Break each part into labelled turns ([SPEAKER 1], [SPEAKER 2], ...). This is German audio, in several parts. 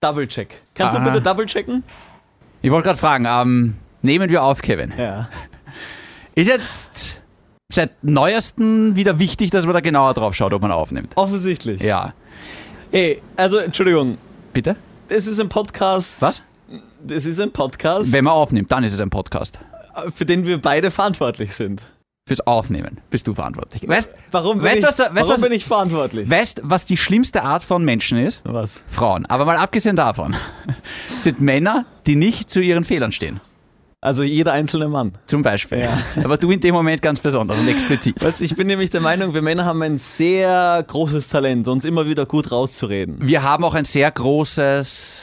[SPEAKER 1] Double check. Kannst du
[SPEAKER 2] Aha.
[SPEAKER 1] bitte double checken?
[SPEAKER 2] Ich wollte gerade fragen, ähm, nehmen wir auf, Kevin.
[SPEAKER 1] Ja.
[SPEAKER 2] Ist jetzt seit neuestem wieder wichtig, dass man da genauer drauf schaut, ob man aufnimmt.
[SPEAKER 1] Offensichtlich.
[SPEAKER 2] Ja.
[SPEAKER 1] Ey, also Entschuldigung,
[SPEAKER 2] Bitte?
[SPEAKER 1] es ist ein Podcast.
[SPEAKER 2] Was?
[SPEAKER 1] Es ist ein Podcast,
[SPEAKER 2] Wenn man aufnimmt, dann ist es ein Podcast.
[SPEAKER 1] für den wir beide verantwortlich sind.
[SPEAKER 2] Fürs Aufnehmen bist du verantwortlich. Weißt
[SPEAKER 1] Warum bin,
[SPEAKER 2] Weißt
[SPEAKER 1] ich,
[SPEAKER 2] du, was da- weißt du,
[SPEAKER 1] warum
[SPEAKER 2] was-
[SPEAKER 1] bin ich verantwortlich?
[SPEAKER 2] weißt, was die schlimmste Art von Menschen ist?
[SPEAKER 1] Was?
[SPEAKER 2] Frauen. Aber mal abgesehen davon sind Männer, die nicht zu ihren Fehlern stehen.
[SPEAKER 1] Also jeder einzelne Mann.
[SPEAKER 2] Zum Beispiel.
[SPEAKER 1] Ja.
[SPEAKER 2] Aber du in dem Moment ganz besonders und explizit.
[SPEAKER 1] Weißt, du, ich bin nämlich der Meinung, wir Männer haben ein sehr großes Talent, uns immer wieder gut rauszureden.
[SPEAKER 2] Wir haben auch ein sehr großes.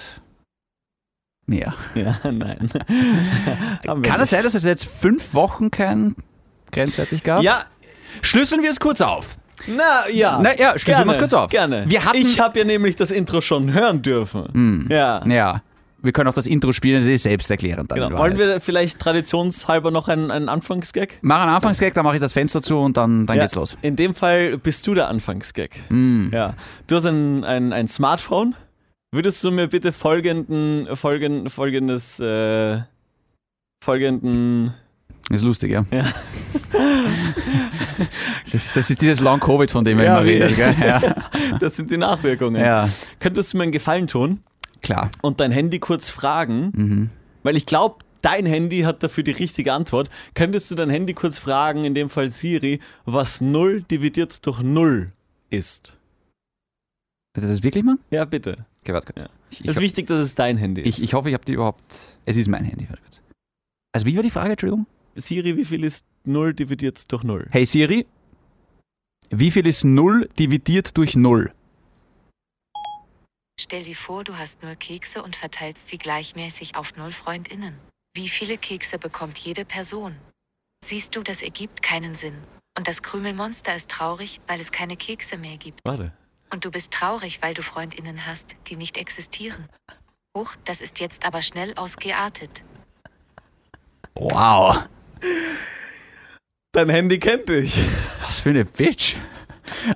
[SPEAKER 2] Ja.
[SPEAKER 1] Ja, nein. Haben wir
[SPEAKER 2] Kann
[SPEAKER 1] nicht.
[SPEAKER 2] es sein, dass es jetzt fünf Wochen kein grenzwertig gab?
[SPEAKER 1] Ja,
[SPEAKER 2] Schlüsseln wir es kurz auf.
[SPEAKER 1] na ja.
[SPEAKER 2] Na ja, schließen wir
[SPEAKER 1] Gerne,
[SPEAKER 2] es kurz auf.
[SPEAKER 1] Gerne.
[SPEAKER 2] Wir hatten- Hm.
[SPEAKER 1] ich habe ja nämlich das Intro schon hören dürfen. Ja.
[SPEAKER 2] Ja. Wir können auch das Intro spielen, das ist selbsterklärend. Dann
[SPEAKER 1] Genau.
[SPEAKER 2] in
[SPEAKER 1] Wollen
[SPEAKER 2] Wahrheit.
[SPEAKER 1] wir vielleicht traditionshalber noch einen, einen Anfangsgag?
[SPEAKER 2] Mach einen Anfangsgag, dann mache ich das Fenster zu und dann, dann geht's los. Mm,
[SPEAKER 1] In dem Fall bist du der Anfangsgag.
[SPEAKER 2] Mhm.
[SPEAKER 1] Ja. Du hast ein, ein, ein Smartphone. Würdest du mir bitte folgenden, folgen, folgendes, äh, folgenden,
[SPEAKER 2] Ist lustig, ja.
[SPEAKER 1] Ja.
[SPEAKER 2] das, ist, das ist dieses Long-Covid, von dem wir
[SPEAKER 1] Ja,
[SPEAKER 2] immer
[SPEAKER 1] wie-
[SPEAKER 2] reden. Gell? Ja.
[SPEAKER 1] das sind die Nachwirkungen.
[SPEAKER 2] ja,
[SPEAKER 1] Könntest du mir einen Gefallen tun
[SPEAKER 2] klar.
[SPEAKER 1] und dein Handy kurz fragen,
[SPEAKER 2] Mhm.
[SPEAKER 1] weil ich glaube, dein Handy hat dafür die richtige Antwort. Könntest du dein Handy kurz fragen, in dem Fall Siri, was 0 dividiert durch 0 ist?
[SPEAKER 2] Wird das wirklich machen?
[SPEAKER 1] Ja, bitte.
[SPEAKER 2] Okay, warte kurz.
[SPEAKER 1] Ja.
[SPEAKER 2] Ich,
[SPEAKER 1] Es
[SPEAKER 2] ich,
[SPEAKER 1] ist
[SPEAKER 2] hab,
[SPEAKER 1] wichtig, dass es dein Handy ist.
[SPEAKER 2] ich, ich hoffe, ich habe die überhaupt. Es ist mein Handy. Warte kurz. Also, wie war die Frage? Entschuldigung.
[SPEAKER 1] Siri, wie viel ist 0 dividiert durch 0?
[SPEAKER 2] Hey Siri, wie viel ist 0 dividiert durch 0?
[SPEAKER 3] Stell dir vor, du hast null Kekse und verteilst sie gleichmäßig auf null FreundInnen. Wie viele Kekse bekommt jede Person? Siehst du, das ergibt keinen Sinn. Und das Krümelmonster ist traurig, weil es keine Kekse mehr gibt.
[SPEAKER 1] Warte.
[SPEAKER 3] Und du bist traurig, weil du FreundInnen hast, die nicht existieren. Huch, das ist jetzt aber schnell ausgeartet.
[SPEAKER 2] Wow.
[SPEAKER 1] Dein Handy kennt dich.
[SPEAKER 2] Was für eine Bitch.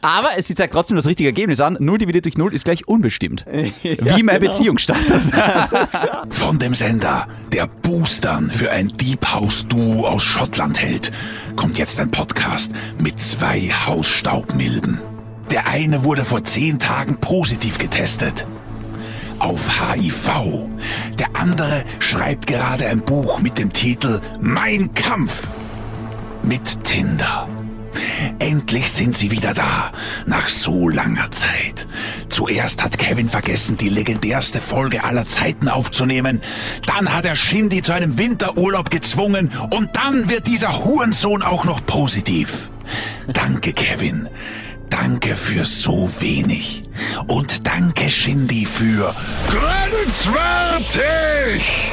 [SPEAKER 2] Aber es- sie zeigt trotzdem das richtige Ergebnis an. 0 dividiert durch 0 ist gleich unbestimmt. Wie
[SPEAKER 1] genau.
[SPEAKER 2] mein Beziehungsstatus.
[SPEAKER 4] Von dem Sender, der Boostern für ein Deep House Duo aus Schottland hält, kommt jetzt ein Podcast mit zwei Hausstaubmilben. Der eine wurde vor zehn Tagen positiv getestet. Auf HIV. Der andere schreibt gerade ein Buch mit dem Titel Mein Kampf mit Tinder. Endlich sind sie wieder da, nach so langer Zeit. Zuerst hat Kevin vergessen, die legendärste Folge aller Zeiten aufzunehmen. Dann hat er Shindy zu einem Winterurlaub gezwungen. Und dann wird dieser Hurensohn auch noch positiv. Danke, Kevin. Danke für so wenig. Und danke, Shindy, für grenzwertig!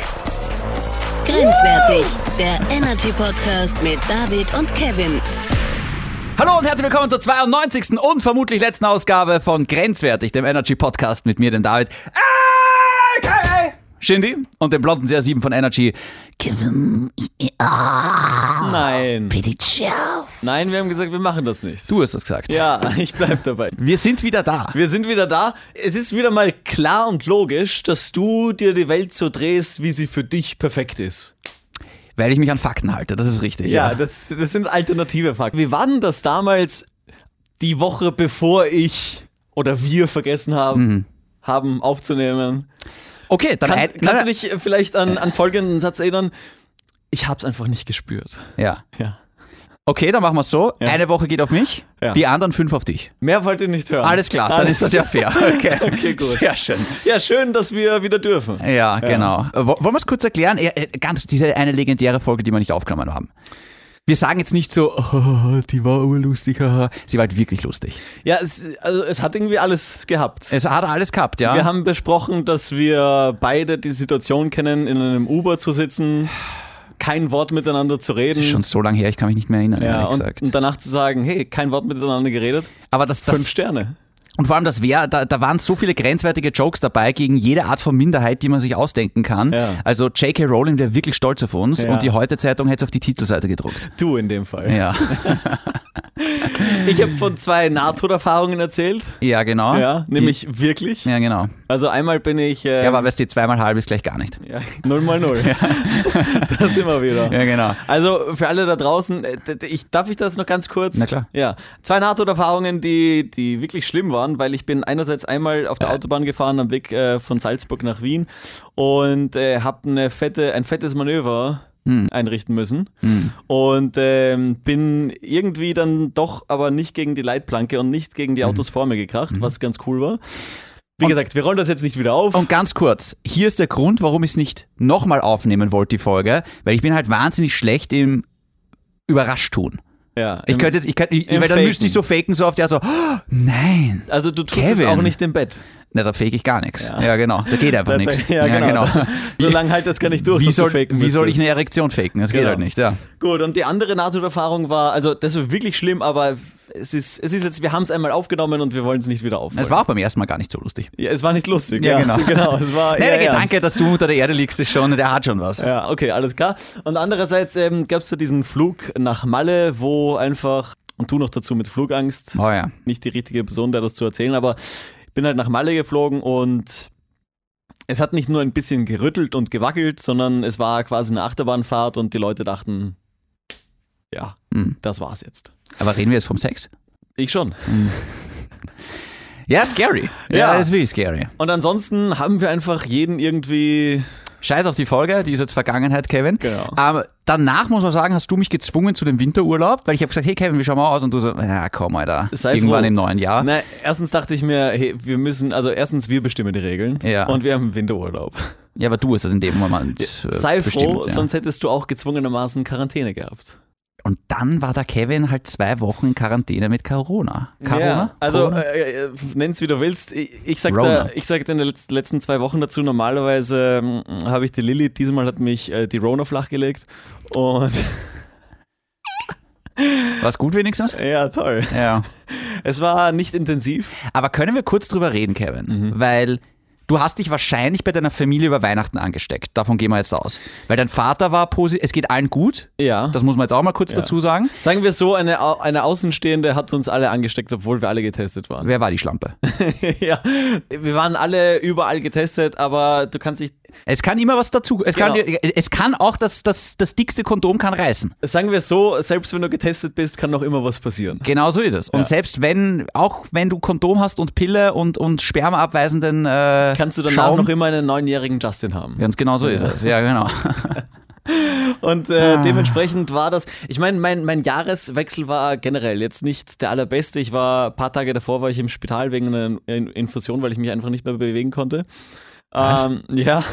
[SPEAKER 5] Grenzwertig, der Energy Podcast mit David und Kevin.
[SPEAKER 2] Hallo und herzlich willkommen zur 92. und vermutlich letzten Ausgabe von Grenzwertig, dem Energy Podcast mit mir, dem David. AKA Shindy und dem blonden CR7 von Energy. Kevin.
[SPEAKER 1] Ah. Nein.
[SPEAKER 2] Bitte ciao.
[SPEAKER 1] Nein, wir haben gesagt, wir machen das nicht.
[SPEAKER 2] Du hast das gesagt.
[SPEAKER 1] Ja, ich bleib dabei.
[SPEAKER 2] Wir sind wieder da.
[SPEAKER 1] Wir sind wieder da. Es ist wieder mal klar und logisch, dass du dir die Welt so drehst, wie sie für dich perfekt ist.
[SPEAKER 2] Weil ich mich an Fakten halte, das ist richtig.
[SPEAKER 1] Ja, das, das sind alternative Fakten. Wie war denn das damals die Woche, bevor ich oder wir vergessen haben,
[SPEAKER 2] Mhm.
[SPEAKER 1] haben aufzunehmen?
[SPEAKER 2] Okay, dann
[SPEAKER 1] Kannst,
[SPEAKER 2] ein-
[SPEAKER 1] kannst du dich äh, vielleicht an, an folgenden Satz erinnern? Ich hab's einfach nicht gespürt.
[SPEAKER 2] Ja.
[SPEAKER 1] Ja.
[SPEAKER 2] Okay, dann machen wir es so. Eine Woche geht auf mich,
[SPEAKER 1] Ja.
[SPEAKER 2] die anderen fünf auf dich.
[SPEAKER 1] Mehr wollt ihr nicht hören.
[SPEAKER 2] Alles klar, dann ist das ja fair. Okay, okay
[SPEAKER 1] gut.
[SPEAKER 2] Sehr schön.
[SPEAKER 1] Ja, schön, dass wir wieder dürfen.
[SPEAKER 2] Ja, genau. Äh, wo- Wollen wir es kurz erklären? Ja, äh, Ganz diese eine legendäre Folge, die wir nicht aufgenommen haben. Wir sagen jetzt nicht so, oh, die war urlustig, haha. sie war halt wirklich lustig.
[SPEAKER 1] Ja, es, also es hat irgendwie alles gehabt.
[SPEAKER 2] Es hat alles gehabt, ja.
[SPEAKER 1] wir haben besprochen, dass wir beide die Situation kennen, in einem Uber zu sitzen, kein Wort miteinander zu reden.
[SPEAKER 2] das ist schon so lange her, ich kann mich nicht mehr erinnern,
[SPEAKER 1] ja,
[SPEAKER 2] ehrlich
[SPEAKER 1] und,
[SPEAKER 2] gesagt.
[SPEAKER 1] und danach zu sagen, hey, kein Wort miteinander geredet.
[SPEAKER 2] Aber das, das
[SPEAKER 1] Fünf Sterne.
[SPEAKER 2] Und vor allem, das wär, da, da waren so viele grenzwertige Jokes dabei gegen jede Art von Minderheit, die man sich ausdenken kann.
[SPEAKER 1] Ja.
[SPEAKER 2] Also J.K. Rowling wäre wirklich stolz auf uns
[SPEAKER 1] Ja.
[SPEAKER 2] und die Heute-Zeitung hätte es auf die Titelseite gedruckt.
[SPEAKER 1] Du in dem Fall.
[SPEAKER 2] Ja,
[SPEAKER 1] Ich habe von zwei Nahtoderfahrungen erzählt.
[SPEAKER 2] ja genau.
[SPEAKER 1] Ja,
[SPEAKER 2] Die-
[SPEAKER 1] nämlich wirklich.
[SPEAKER 2] Ja, genau.
[SPEAKER 1] Also einmal bin ich äh,
[SPEAKER 2] Ja, aber weißt du, zweimal halb ist gleich gar nicht.
[SPEAKER 1] ja, 0 mal 0. da sind wir wieder.
[SPEAKER 2] Ja, genau.
[SPEAKER 1] Also für alle da draußen, äh, d- d- ich, darf ich das noch ganz kurz?
[SPEAKER 2] Na klar.
[SPEAKER 1] Ja, zwei NATO-Erfahrungen, die, die wirklich schlimm waren, weil ich bin einerseits einmal auf der Autobahn gefahren am Weg äh, von Salzburg nach Wien und äh, habe eine fette, ein fettes Manöver
[SPEAKER 2] Hm.
[SPEAKER 1] einrichten müssen und ähm, bin irgendwie dann doch aber nicht gegen die Leitplanke und nicht gegen
[SPEAKER 2] Mhm.
[SPEAKER 1] die Autos vor mir gekracht, was ganz cool war. Wie gesagt, wir rollen das jetzt nicht wieder auf.
[SPEAKER 2] Und ganz kurz, hier ist der Grund, warum ich es nicht nochmal aufnehmen wollte, die Folge, weil ich bin halt wahnsinnig schlecht im Überrascht tun.
[SPEAKER 1] ja,
[SPEAKER 2] Ich
[SPEAKER 1] im-
[SPEAKER 2] könnte jetzt, ich könnte, ich,
[SPEAKER 1] Im
[SPEAKER 2] weil dann
[SPEAKER 1] Faken.
[SPEAKER 2] müsste ich so faken, so auf der so, oh, nein,
[SPEAKER 1] also du tust es
[SPEAKER 2] Kevin.
[SPEAKER 1] auch nicht im Bett.
[SPEAKER 2] na, da fake ich gar nichts. Ja. genau, da geht einfach
[SPEAKER 1] Da- da-
[SPEAKER 2] nichts.
[SPEAKER 1] ja, genau. Solange halt das gar nicht durch,
[SPEAKER 2] Wie
[SPEAKER 1] dass du
[SPEAKER 2] soll,
[SPEAKER 1] faken
[SPEAKER 2] wie soll ich eine
[SPEAKER 1] müsstest.
[SPEAKER 2] Erektion faken? Das geht
[SPEAKER 1] Genau.
[SPEAKER 2] halt nicht, ja.
[SPEAKER 1] Gut, und die andere NATO-Erfahrung war, also das war wirklich schlimm, aber es ist, es ist jetzt, wir haben es einmal aufgenommen und wir wollen es nicht wieder aufnehmen.
[SPEAKER 2] Es war auch beim ersten Mal gar nicht so lustig.
[SPEAKER 1] ja, es war nicht lustig.
[SPEAKER 2] Ja,
[SPEAKER 1] Ja,
[SPEAKER 2] genau.
[SPEAKER 1] genau es war
[SPEAKER 2] Nein,
[SPEAKER 1] eher
[SPEAKER 2] der Gedanke,
[SPEAKER 1] ernst.
[SPEAKER 2] dass du unter der Erde liegst, ist schon, der hat schon was.
[SPEAKER 1] Ja, okay, alles klar. Und andererseits ähm, gab es da diesen Flug nach Malle, wo einfach, und du noch dazu mit Flugangst,
[SPEAKER 2] Oh ja.
[SPEAKER 1] nicht die richtige Person, der das zu erzählen, aber ich bin halt nach Malle geflogen und es hat nicht nur ein bisschen gerüttelt und gewackelt, sondern es war quasi eine Achterbahnfahrt und die Leute dachten, ja,
[SPEAKER 2] Hm.
[SPEAKER 1] das war's jetzt.
[SPEAKER 2] Aber reden wir jetzt vom Sex?
[SPEAKER 1] Ich schon.
[SPEAKER 2] Ja, scary.
[SPEAKER 1] Ja.
[SPEAKER 2] ja das ist wirklich scary.
[SPEAKER 1] Und ansonsten haben wir einfach jeden irgendwie.
[SPEAKER 2] Scheiß auf die Folge, die ist jetzt Vergangenheit, Kevin.
[SPEAKER 1] Genau.
[SPEAKER 2] Ähm, danach muss man sagen, hast du mich gezwungen zu dem Winterurlaub, weil ich habe gesagt, hey Kevin, wir schauen mal aus und du so, ja komm Alter,
[SPEAKER 1] Sei
[SPEAKER 2] irgendwann
[SPEAKER 1] froh.
[SPEAKER 2] im neuen Jahr.
[SPEAKER 1] Na, erstens dachte ich mir, hey, wir müssen, also erstens wir bestimmen die Regeln
[SPEAKER 2] Ja.
[SPEAKER 1] und wir haben Winterurlaub.
[SPEAKER 2] Ja, aber du hast das in dem Moment äh,
[SPEAKER 1] Sei
[SPEAKER 2] bestimmt,
[SPEAKER 1] froh,
[SPEAKER 2] ja.
[SPEAKER 1] sonst hättest du auch gezwungenermaßen Quarantäne gehabt.
[SPEAKER 2] Und dann war der Kevin halt zwei Wochen in Quarantäne mit Corona. Corona?
[SPEAKER 1] Ja, also
[SPEAKER 2] Corona?
[SPEAKER 1] äh, äh, nenn's wie du willst. Ich, ich sag
[SPEAKER 2] Rona.
[SPEAKER 1] da, ich sag in den letz- letzten zwei Wochen dazu, normalerweise ähm, habe ich die Lilly, diesmal hat mich äh, die Rona flachgelegt. Und äh,
[SPEAKER 2] War's gut wenigstens?
[SPEAKER 1] ja, toll.
[SPEAKER 2] Ja.
[SPEAKER 1] Es war nicht intensiv.
[SPEAKER 2] Aber können wir kurz drüber reden, Kevin?
[SPEAKER 1] Mhm.
[SPEAKER 2] Weil du hast dich wahrscheinlich bei deiner Familie über Weihnachten angesteckt. Davon gehen wir jetzt aus. Weil dein Vater war positiv, es geht allen gut.
[SPEAKER 1] Ja.
[SPEAKER 2] Das muss man jetzt auch mal kurz dazu sagen.
[SPEAKER 1] Sagen wir so, eine, Au- eine Außenstehende hat uns alle angesteckt, obwohl wir alle getestet waren.
[SPEAKER 2] Wer war die Schlampe?
[SPEAKER 1] ja, wir waren alle überall getestet, aber du kannst dich,
[SPEAKER 2] Es kann immer was dazu. Es,
[SPEAKER 1] Genau.
[SPEAKER 2] kann, es kann auch das, das, das dickste Kondom kann reißen.
[SPEAKER 1] sagen wir so, selbst wenn du getestet bist, kann noch immer was passieren.
[SPEAKER 2] Genau so ist es. Und
[SPEAKER 1] Ja.
[SPEAKER 2] selbst wenn, auch wenn du Kondom hast und Pille und, und spermaabweisenden äh,
[SPEAKER 1] Kannst du danach
[SPEAKER 2] Schaum,
[SPEAKER 1] noch immer einen neunjährigen Justin haben.
[SPEAKER 2] Ganz genau so ist es. Ja, genau.
[SPEAKER 1] Und äh, dementsprechend war das, ich meine, mein, mein Jahreswechsel war generell jetzt nicht der allerbeste. Ich war ein paar Tage davor, war ich im Spital wegen einer In- Infusion, weil ich mich einfach nicht mehr bewegen konnte. Ähm, ja,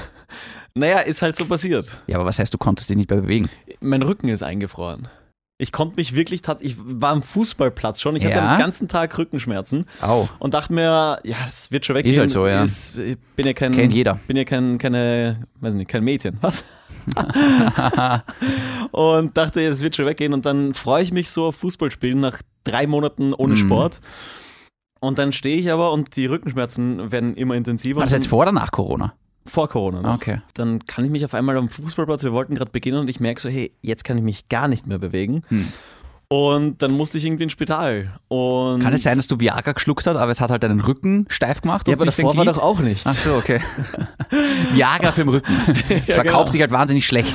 [SPEAKER 1] naja, ist halt so passiert.
[SPEAKER 2] Ja, aber was heißt, du konntest dich nicht mehr bewegen?
[SPEAKER 1] mein Rücken ist eingefroren. Ich konnte mich wirklich, tat, ich war am Fußballplatz schon, ich hatte
[SPEAKER 2] Ja?
[SPEAKER 1] den ganzen Tag Rückenschmerzen
[SPEAKER 2] Au.
[SPEAKER 1] und dachte mir, ja, das wird schon weggehen.
[SPEAKER 2] halt so, ja.
[SPEAKER 1] Ist, ich bin ja kein,
[SPEAKER 2] Kennt jeder.
[SPEAKER 1] Bin ja kein, keine, weiß nicht, kein Mädchen, was? und dachte, es wird schon weggehen und dann freue ich mich so auf Fußballspielen nach drei Monaten ohne
[SPEAKER 2] Mhm.
[SPEAKER 1] Sport. Und dann stehe ich aber und die Rückenschmerzen werden immer intensiver.
[SPEAKER 2] War das
[SPEAKER 1] Und
[SPEAKER 2] jetzt vor oder nach Corona?
[SPEAKER 1] vor Corona. noch.
[SPEAKER 2] Okay.
[SPEAKER 1] Dann kann ich mich auf einmal am Fußballplatz, wir wollten gerade beginnen und ich merke so, hey, jetzt kann ich mich gar nicht mehr bewegen.
[SPEAKER 2] Hm.
[SPEAKER 1] Und dann musste ich irgendwie ins Spital. Und
[SPEAKER 2] Kann es sein, dass du Viagra geschluckt hast, aber es hat halt deinen Rücken steif gemacht?
[SPEAKER 1] Hm. Ja,
[SPEAKER 2] und
[SPEAKER 1] aber
[SPEAKER 2] nicht den
[SPEAKER 1] davor war
[SPEAKER 2] Glied?
[SPEAKER 1] doch auch nichts.
[SPEAKER 2] Ach so, okay. Viagra für den Rücken. Es verkauft
[SPEAKER 1] genau.
[SPEAKER 2] sich halt wahnsinnig schlecht.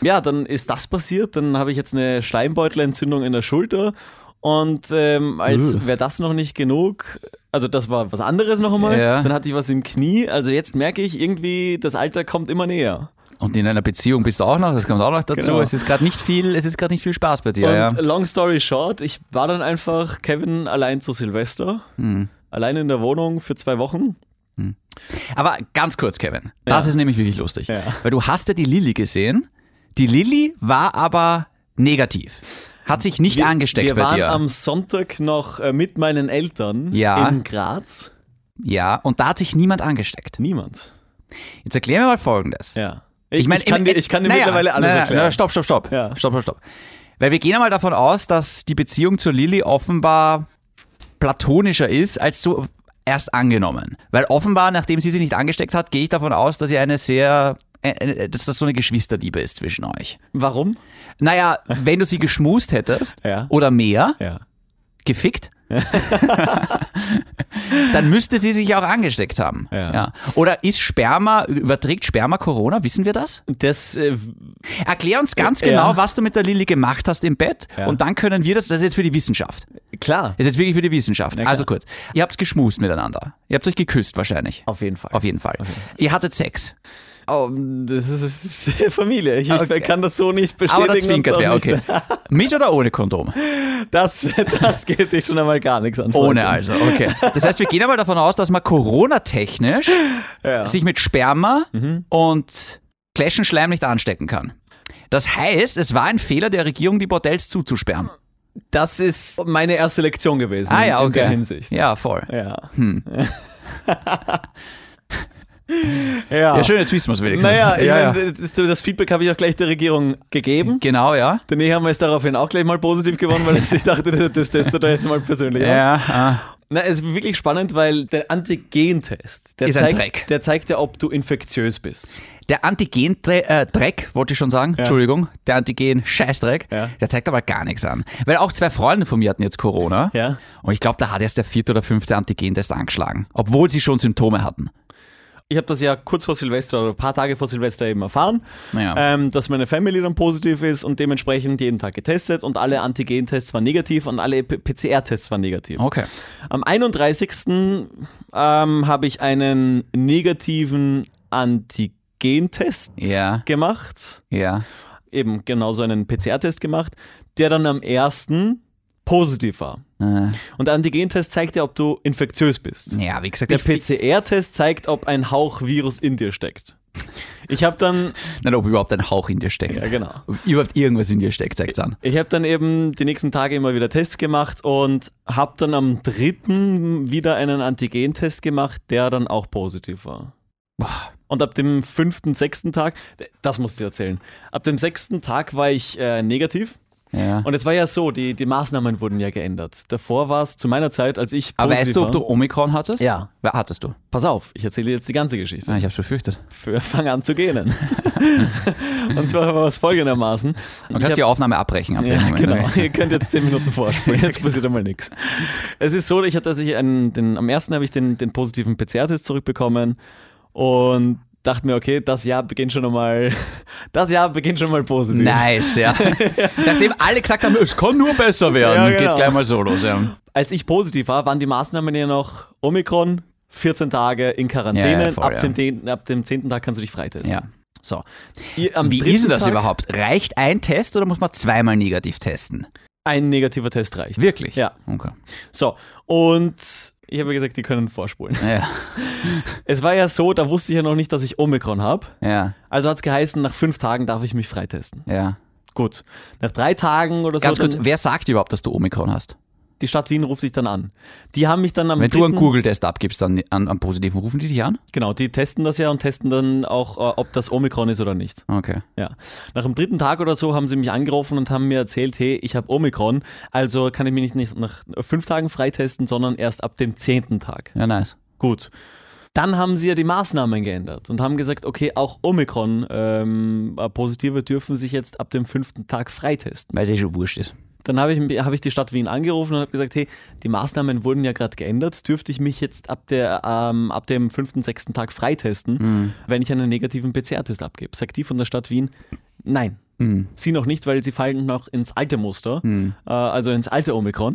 [SPEAKER 1] Ja, dann ist das passiert. Dann habe ich jetzt eine Schleimbeutelentzündung in der Schulter. Und ähm, als wäre das noch nicht genug, also das war was anderes noch einmal,
[SPEAKER 2] Ja.
[SPEAKER 1] dann hatte ich was im Knie. Also jetzt merke ich irgendwie, das Alter kommt immer näher.
[SPEAKER 2] Und in einer Beziehung bist du auch noch, das kommt auch noch dazu.
[SPEAKER 1] Genau.
[SPEAKER 2] Es ist gerade nicht viel, es ist gerade nicht viel Spaß bei dir. ja.
[SPEAKER 1] Und äh, long story short, ich war dann einfach Kevin allein zu Silvester.
[SPEAKER 2] Hm.
[SPEAKER 1] Allein in der Wohnung für zwei Wochen.
[SPEAKER 2] Aber ganz kurz, Kevin. Das ist nämlich wirklich lustig.
[SPEAKER 1] Ja.
[SPEAKER 2] Weil du hast ja die Lilly gesehen. Die Lilly war aber negativ. Hat sich nicht angesteckt
[SPEAKER 1] wir
[SPEAKER 2] bei
[SPEAKER 1] waren
[SPEAKER 2] dir.
[SPEAKER 1] am Sonntag noch äh, mit meinen Eltern
[SPEAKER 2] Ja.
[SPEAKER 1] in Graz.
[SPEAKER 2] ja, und da hat sich niemand angesteckt.
[SPEAKER 1] Niemand.
[SPEAKER 2] Jetzt erklär mir mal Folgendes.
[SPEAKER 1] Ja.
[SPEAKER 2] Ich, meine,
[SPEAKER 1] ich kann
[SPEAKER 2] im-
[SPEAKER 1] dir, ich kann dir
[SPEAKER 2] naja,
[SPEAKER 1] mittlerweile alles
[SPEAKER 2] naja,
[SPEAKER 1] erklären.
[SPEAKER 2] naja, stopp, stopp, stopp.
[SPEAKER 1] Ja.
[SPEAKER 2] Stopp, stopp, stopp. Weil wir gehen einmal davon aus, dass die Beziehung zur Lilly offenbar platonischer ist, als so erst angenommen. Weil offenbar, nachdem sie sich nicht angesteckt hat, gehe ich davon aus, dass ihr eine sehr, äh, äh, dass das so eine Geschwisterliebe ist zwischen euch.
[SPEAKER 1] Warum?
[SPEAKER 2] Naja, wenn du sie geschmust hättest
[SPEAKER 1] Ja.
[SPEAKER 2] oder mehr,
[SPEAKER 1] Ja.
[SPEAKER 2] gefickt, Dann müsste sie sich auch angesteckt haben.
[SPEAKER 1] Ja.
[SPEAKER 2] Oder ist Sperma, überträgt Sperma Corona? Wissen wir das?
[SPEAKER 1] Das, äh,
[SPEAKER 2] Erklär uns ganz
[SPEAKER 1] Ja.
[SPEAKER 2] genau, was du mit der Lilly gemacht hast im Bett
[SPEAKER 1] Ja.
[SPEAKER 2] und dann können wir das, das ist jetzt für die Wissenschaft.
[SPEAKER 1] klar.
[SPEAKER 2] Das ist jetzt wirklich für die Wissenschaft.
[SPEAKER 1] klar.
[SPEAKER 2] also kurz, ihr habt geschmust miteinander. Ihr habt euch geküsst wahrscheinlich.
[SPEAKER 1] Auf jeden Fall.
[SPEAKER 2] Auf jeden Fall. Ihr hattet Sex.
[SPEAKER 1] Oh, das ist das ist Familie. Ich
[SPEAKER 2] Okay.
[SPEAKER 1] kann das so nicht bestätigen.
[SPEAKER 2] Aber da
[SPEAKER 1] und
[SPEAKER 2] zwinkert
[SPEAKER 1] auch
[SPEAKER 2] wer,
[SPEAKER 1] nicht-
[SPEAKER 2] okay. Mit oder ohne Kondom?
[SPEAKER 1] Das, das geht dich schon einmal gar nichts an.
[SPEAKER 2] Ohne
[SPEAKER 1] Freundin.
[SPEAKER 2] also, okay. Das heißt, wir gehen einmal davon aus, dass man Corona-technisch
[SPEAKER 1] Ja. Mhm.
[SPEAKER 2] sich mit Sperma und Clashenschleim nicht anstecken kann. Das heißt, es war ein Fehler der Regierung, die Bordells zuzusperren.
[SPEAKER 1] Das ist meine erste Lektion gewesen.
[SPEAKER 2] Ah ja, okay.
[SPEAKER 1] In der Hinsicht.
[SPEAKER 2] Ja, Hm. voll.
[SPEAKER 1] Ja. ja.
[SPEAKER 2] Ja, schön, jetzt wissen wir es wenigstens.
[SPEAKER 1] Naja, ich
[SPEAKER 2] ja, ja.
[SPEAKER 1] Mein, das, das Feedback habe ich auch gleich der Regierung gegeben.
[SPEAKER 2] Genau, ja.
[SPEAKER 1] Denn ich haben wir es daraufhin auch gleich mal positiv gewonnen, weil ich dachte, das- das testet er jetzt mal persönlich aus.
[SPEAKER 2] Ja, ah.
[SPEAKER 1] Na, es ist wirklich spannend, weil der Antigentest, der,
[SPEAKER 2] Ist ein
[SPEAKER 1] zeigt,
[SPEAKER 2] Dreck.
[SPEAKER 1] der zeigt ja, ob du infektiös bist.
[SPEAKER 2] Der Antigen-Dreck, wollte ich schon sagen, Entschuldigung, der Antigen-Scheißdreck,
[SPEAKER 1] Ja.
[SPEAKER 2] der zeigt aber gar nichts an. Weil auch zwei Freunde von mir hatten jetzt Corona
[SPEAKER 1] Ja.
[SPEAKER 2] und ich glaube, da hat erst der vierte oder fünfte Antigen-Test angeschlagen, obwohl sie schon Symptome hatten.
[SPEAKER 1] Ich habe das ja kurz vor Silvester oder ein paar Tage vor Silvester eben erfahren,
[SPEAKER 2] Ja.
[SPEAKER 1] ähm, dass meine Family dann positiv ist und dementsprechend jeden Tag getestet und alle Antigentests waren negativ und alle P- PCR-Tests waren negativ.
[SPEAKER 2] Okay.
[SPEAKER 1] Am 31. Ähm, habe ich einen negativen Antigentest
[SPEAKER 2] Ja.
[SPEAKER 1] gemacht,
[SPEAKER 2] Ja.
[SPEAKER 1] eben genauso einen PCR-Test gemacht, der dann am 1. positiv war.
[SPEAKER 2] Äh,
[SPEAKER 1] Und der Antigentest zeigt ja, ob du infektiös bist.
[SPEAKER 2] ja, wie gesagt,
[SPEAKER 1] Der
[SPEAKER 2] ich-
[SPEAKER 1] PCR-Test zeigt, ob ein Hauch Virus in dir steckt. Ich habe dann,
[SPEAKER 2] Nein, ob überhaupt ein Hauch in dir steckt.
[SPEAKER 1] ja genau,
[SPEAKER 2] Ob überhaupt irgendwas in dir steckt, zeigt's an.
[SPEAKER 1] ich habe dann eben die nächsten Tage immer wieder Tests gemacht und habe dann am dritten wieder einen Antigentest gemacht, der dann auch positiv war. Und ab dem fünften, sechsten Tag, das musst du dir erzählen, ab dem sechsten Tag war ich äh, negativ.
[SPEAKER 2] Ja.
[SPEAKER 1] Und es war ja so, die, die Maßnahmen wurden ja geändert. Davor war es zu meiner Zeit, als ich positiv ne?
[SPEAKER 2] Aber weißt du,
[SPEAKER 1] war.
[SPEAKER 2] ob du Omikron hattest?
[SPEAKER 1] Ja.
[SPEAKER 2] Wer hattest du?
[SPEAKER 1] Pass auf, ich erzähle dir jetzt die ganze Geschichte.
[SPEAKER 2] Ah, ich hab's befürchtet.
[SPEAKER 1] für fang an zu gähnen. und zwar war es folgendermaßen.
[SPEAKER 2] Man
[SPEAKER 1] Ich
[SPEAKER 2] kann
[SPEAKER 1] hab-
[SPEAKER 2] die Aufnahme abbrechen ab dem
[SPEAKER 1] ja,
[SPEAKER 2] Moment.
[SPEAKER 1] genau.
[SPEAKER 2] okay.
[SPEAKER 1] Ihr könnt jetzt zehn Minuten vorspulen. Jetzt passiert einmal nichts. Es ist so, ich hatte, dass ich einen, den, am ersten habe ich den, den positiven PCR-Test zurückbekommen und dachte mir, okay, das Jahr beginnt schon mal, das Jahr beginnt schon mal positiv.
[SPEAKER 2] Nice, ja. Nachdem alle gesagt haben, es kann nur besser werden,
[SPEAKER 1] Ja, genau.
[SPEAKER 2] geht's gleich mal so los. Ja.
[SPEAKER 1] Als ich positiv war, waren die Maßnahmen ja noch Omikron, 14 Tage in Quarantäne.
[SPEAKER 2] Ja, ja, voll,
[SPEAKER 1] ab,
[SPEAKER 2] ja.
[SPEAKER 1] dem zehnten- ab dem 10. Tag kannst du dich freitesten.
[SPEAKER 2] Ja.
[SPEAKER 1] So. Ihr- am
[SPEAKER 2] Wie
[SPEAKER 1] dritten
[SPEAKER 2] ist denn das
[SPEAKER 1] Tag
[SPEAKER 2] überhaupt? Reicht ein Test oder muss man zweimal negativ testen?
[SPEAKER 1] Ein negativer Test reicht.
[SPEAKER 2] Wirklich?
[SPEAKER 1] Ja.
[SPEAKER 2] Okay.
[SPEAKER 1] So, und ich habe ja gesagt, die können vorspulen.
[SPEAKER 2] Ja.
[SPEAKER 1] Es war ja so, da wusste ich ja noch nicht, dass ich Omikron habe.
[SPEAKER 2] Ja.
[SPEAKER 1] Also hat es geheißen, nach fünf Tagen darf ich mich freitesten.
[SPEAKER 2] ja.
[SPEAKER 1] Gut. Nach drei Tagen oder so.
[SPEAKER 2] Ganz kurz,
[SPEAKER 1] dann,
[SPEAKER 2] wer sagt überhaupt, dass du Omikron hast?
[SPEAKER 1] die Stadt Wien ruft sich dann an. Die haben mich dann am
[SPEAKER 2] Wenn du
[SPEAKER 1] dritten,
[SPEAKER 2] einen Google-Test abgibst, dann an, an positiven, rufen die dich an?
[SPEAKER 1] Genau, die testen das ja und testen dann auch, äh, ob das Omikron ist oder nicht.
[SPEAKER 2] Okay.
[SPEAKER 1] Ja. Nach dem dritten Tag oder so haben sie mich angerufen und haben mir erzählt, hey, ich habe Omikron, also kann ich mich nicht, nicht nach fünf Tagen freitesten, sondern erst ab dem zehnten Tag.
[SPEAKER 2] Ja, nice.
[SPEAKER 1] Gut. Dann haben sie ja die Maßnahmen geändert und haben gesagt, okay, auch Omikron-Positive dürfen sich jetzt ab dem fünften Tag freitesten.
[SPEAKER 2] Weil es eh schon wurscht ist.
[SPEAKER 1] Dann habe ich, hab ich die Stadt Wien angerufen und habe gesagt, hey, die Maßnahmen wurden ja gerade geändert, dürfte ich mich jetzt ab, der, ähm, ab dem fünften, sechsten Tag freitesten, wenn ich einen negativen PCR-Test abgebe? Sagt die von der Stadt Wien, nein. Sie noch nicht, weil sie fallen noch ins alte Muster, äh, also ins alte Omikron.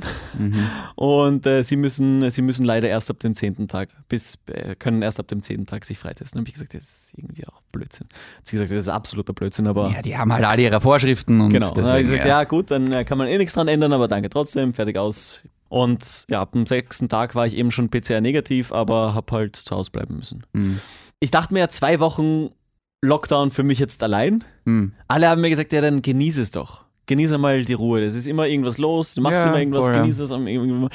[SPEAKER 1] Und äh, sie, müssen, sie müssen leider erst ab dem zehnten Tag, bis, äh, können erst ab dem zehnten Tag sich freitesten. Habe ich gesagt, das ist irgendwie auch Blödsinn. Hat sie gesagt, das ist absoluter Blödsinn, aber.
[SPEAKER 2] Ja, die haben halt alle ihre Vorschriften und
[SPEAKER 1] Genau. Deswegen,
[SPEAKER 2] deswegen,
[SPEAKER 1] habe ich gesagt,
[SPEAKER 2] ja.
[SPEAKER 1] ja. gut, dann äh, kann man eh nichts dran ändern, aber danke trotzdem, fertig aus. Und ja, ab dem sechsten Tag war ich eben schon PCR-negativ, aber habe halt zu Hause bleiben müssen.
[SPEAKER 2] Mhm.
[SPEAKER 1] Ich dachte mir, ja, zwei Wochen Lockdown für mich jetzt allein.
[SPEAKER 2] Hm.
[SPEAKER 1] Alle haben mir gesagt, ja, dann genieße es doch. Genieße mal die Ruhe. Es ist immer irgendwas los, du machst
[SPEAKER 2] Ja,
[SPEAKER 1] immer irgendwas,
[SPEAKER 2] voll, ja.
[SPEAKER 1] genieße es. am- irgendwie-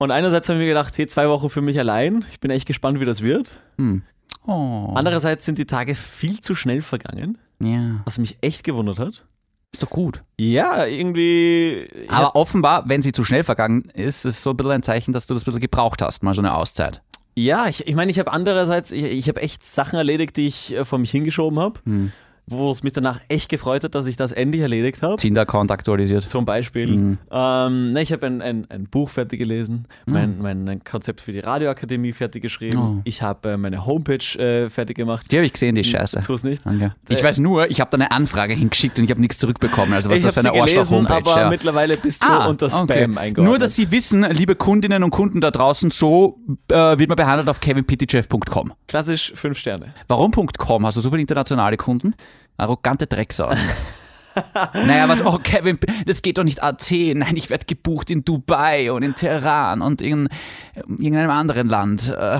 [SPEAKER 1] Und einerseits haben wir gedacht, hey, zwei Wochen für mich allein. Ich bin echt gespannt, wie das wird.
[SPEAKER 2] Hm. Oh.
[SPEAKER 1] Andererseits sind die Tage viel zu schnell vergangen,
[SPEAKER 2] Ja.
[SPEAKER 1] was mich echt gewundert hat.
[SPEAKER 2] Ist doch gut.
[SPEAKER 1] Ja, irgendwie.
[SPEAKER 2] Aber offenbar, wenn sie zu schnell vergangen ist, ist so ein bisschen ein Zeichen, dass du das ein bisschen gebraucht hast, mal so eine Auszeit. Hm.
[SPEAKER 1] Ja, ich, ich meine, ich habe andererseits, ich, ich habe echt Sachen erledigt, die ich äh, vor mich hingeschoben habe. wo es mich danach echt gefreut hat, dass ich das endlich erledigt habe.
[SPEAKER 2] Tinder-Account aktualisiert.
[SPEAKER 1] Zum Beispiel.
[SPEAKER 2] Hm.
[SPEAKER 1] Ähm, ne, ich habe ein, ein, ein Buch fertig gelesen, mein, mein, mein Konzept für die Radioakademie fertig geschrieben, ich habe äh, meine Homepage äh, fertig gemacht.
[SPEAKER 2] Oh. Die habe ich gesehen, die Scheiße.
[SPEAKER 1] Tu es nicht.
[SPEAKER 2] Danke. Ich weiß nur, ich habe da eine Anfrage hingeschickt und ich habe nichts zurückbekommen. Also was
[SPEAKER 1] ich
[SPEAKER 2] das für
[SPEAKER 1] habe sie
[SPEAKER 2] eine
[SPEAKER 1] gelesen,
[SPEAKER 2] Arschloch-Homepage.
[SPEAKER 1] aber
[SPEAKER 2] ja. Ah,
[SPEAKER 1] mittlerweile bist du unter Spam eingeordnet.
[SPEAKER 2] Nur, dass Sie wissen, liebe Kundinnen und Kunden da draußen, so äh, wird man behandelt auf kevinpitichev.com.
[SPEAKER 1] Klassisch fünf Sterne.
[SPEAKER 2] Warum .com? Hast du so viele internationale Kunden? Arrogante Drecksau. naja, was auch, Kevin, das geht doch nicht AT. Nein, ich werde gebucht in Dubai und in Teheran und in äh, irgendeinem anderen Land. Äh,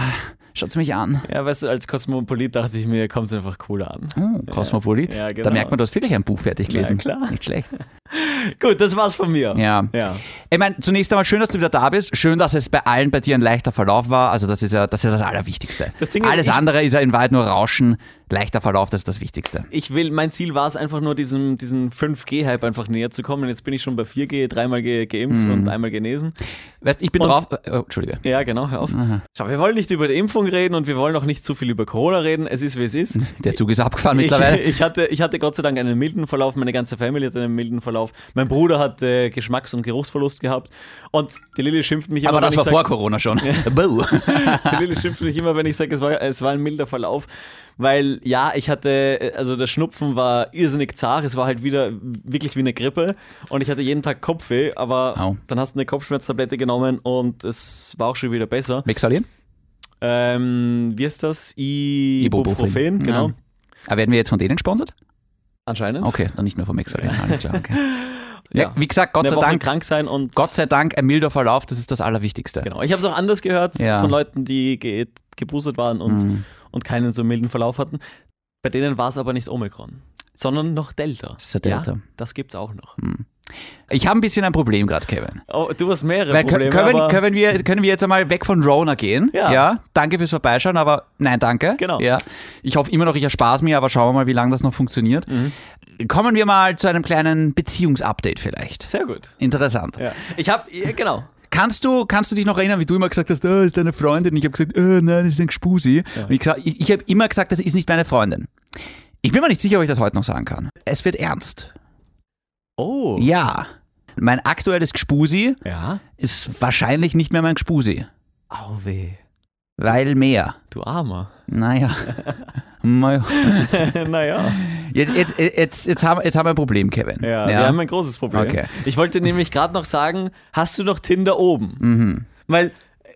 [SPEAKER 2] Schaut's mich an.
[SPEAKER 1] Ja, weißt du, als Kosmopolit dachte ich mir, kommt es einfach cooler an.
[SPEAKER 2] Oh, Kosmopolit.
[SPEAKER 1] Ja, genau.
[SPEAKER 2] Da merkt man, du hast wirklich ein Buch fertig gelesen.
[SPEAKER 1] Ja, klar.
[SPEAKER 2] Nicht schlecht.
[SPEAKER 1] Gut, das war's von mir.
[SPEAKER 2] Ja.
[SPEAKER 1] ja.
[SPEAKER 2] Ich meine, zunächst einmal schön, dass du wieder da bist. Schön, dass es bei allen bei dir ein leichter Verlauf war. Also das ist ja das, ist ja das Allerwichtigste.
[SPEAKER 1] Das Ding ist,
[SPEAKER 2] Alles
[SPEAKER 1] ich-
[SPEAKER 2] andere ist ja in Wahrheit nur Rauschen. Leichter Verlauf, das ist das Wichtigste.
[SPEAKER 1] Ich will, mein Ziel war es einfach nur, diesem, diesem 5G-Hype einfach näher zu kommen. Und jetzt bin ich schon bei 4G, dreimal ge geimpft
[SPEAKER 2] Mhm.
[SPEAKER 1] und einmal genesen.
[SPEAKER 2] Weißt, ich bin
[SPEAKER 1] Und-
[SPEAKER 2] drauf... Oh, Entschuldige.
[SPEAKER 1] Ja, genau, hör auf. Schau, wir wollen nicht über die Impfung reden und wir wollen auch nicht zu viel über Corona reden. Es ist, wie es ist.
[SPEAKER 2] Der Zug ist abgefahren
[SPEAKER 1] Ich,
[SPEAKER 2] mittlerweile.
[SPEAKER 1] ich, hatte, ich hatte Gott sei Dank einen milden Verlauf, meine ganze Familie hatte einen milden Verlauf. Mein Bruder hat äh, Geschmacks- und Geruchsverlust gehabt. Und die Lilly schimpft mich immer,
[SPEAKER 2] Aber
[SPEAKER 1] wenn
[SPEAKER 2] das
[SPEAKER 1] ich
[SPEAKER 2] war
[SPEAKER 1] sag-
[SPEAKER 2] vor Corona schon. Buh.
[SPEAKER 1] Die Lilly schimpft mich immer, wenn ich sage, es war, es war ein milder Verlauf. Weil ja, ich hatte, äh, also der Schnupfen war irrsinnig zart, es war halt wieder wirklich wie eine Grippe und ich hatte jeden Tag Kopfweh, aber
[SPEAKER 2] Au.
[SPEAKER 1] dann hast du eine Kopfschmerztablette genommen und es war auch schon wieder besser.
[SPEAKER 2] Mixalin?
[SPEAKER 1] Ähm, wie ist das? I-
[SPEAKER 2] Ibuprofen.
[SPEAKER 1] Ibuprofen, genau.
[SPEAKER 2] Ja. Aber Äh, werden wir jetzt von denen gesponsert?
[SPEAKER 1] Anscheinend.
[SPEAKER 2] Okay, dann nicht mehr von Mixalin. Alles klar, okay. ja.
[SPEAKER 1] Ja.
[SPEAKER 2] wie gesagt, Gott
[SPEAKER 1] Eine
[SPEAKER 2] sei
[SPEAKER 1] Woche
[SPEAKER 2] Dank...
[SPEAKER 1] krank sein und
[SPEAKER 2] Gott sei Dank ein milder Verlauf, das ist das Allerwichtigste.
[SPEAKER 1] Genau. Ich habe es auch anders gehört
[SPEAKER 2] Ja.
[SPEAKER 1] von Leuten, die ge geboostet waren und,
[SPEAKER 2] Mhm.
[SPEAKER 1] und keinen so milden Verlauf hatten. Bei denen war es aber nicht Omikron, sondern noch Delta.
[SPEAKER 2] Das ist ja Delta. Hm.
[SPEAKER 1] Ja, das gibt's auch noch.
[SPEAKER 2] Ich habe ein bisschen ein Problem gerade, Kevin.
[SPEAKER 1] Oh, du hast mehrere
[SPEAKER 2] Weil,
[SPEAKER 1] Probleme.
[SPEAKER 2] können,
[SPEAKER 1] aber
[SPEAKER 2] können, wir, können wir jetzt einmal weg von Rona gehen?
[SPEAKER 1] Ja.
[SPEAKER 2] Danke fürs Vorbeischauen, aber nein, danke.
[SPEAKER 1] Genau.
[SPEAKER 2] Ja. Ich hoffe immer noch, ich erspare es mir, aber schauen wir mal, wie lange das noch funktioniert.
[SPEAKER 1] Mhm.
[SPEAKER 2] Kommen wir mal zu einem kleinen Beziehungsupdate vielleicht.
[SPEAKER 1] sehr gut.
[SPEAKER 2] Interessant.
[SPEAKER 1] Ja. Ich habe, ja, genau.
[SPEAKER 2] Kannst, du, kannst du dich noch erinnern, wie du immer gesagt hast, oh, ist deine Freundin? Ich habe gesagt, oh, nein, das ist ein Gspusi. Und ich, gesagt- ich, ich habe immer gesagt, das ist nicht meine Freundin. Ich bin mir nicht sicher, ob ich das heute noch sagen kann. Es wird ernst.
[SPEAKER 1] Oh.
[SPEAKER 2] Ja. Mein aktuelles Gspusi
[SPEAKER 1] Ja.
[SPEAKER 2] ist wahrscheinlich nicht mehr mein Gspusi.
[SPEAKER 1] Au weh.
[SPEAKER 2] Weil mehr.
[SPEAKER 1] Du Armer.
[SPEAKER 2] Naja. Naja.
[SPEAKER 1] naja.
[SPEAKER 2] Jetzt, jetzt, jetzt, jetzt, haben, jetzt haben wir ein Problem, Kevin.
[SPEAKER 1] Ja, wir haben ein großes Problem.
[SPEAKER 2] Okay.
[SPEAKER 1] Ich wollte nämlich gerade noch sagen, hast du noch Tinder oben?
[SPEAKER 2] Mhm.
[SPEAKER 1] Weil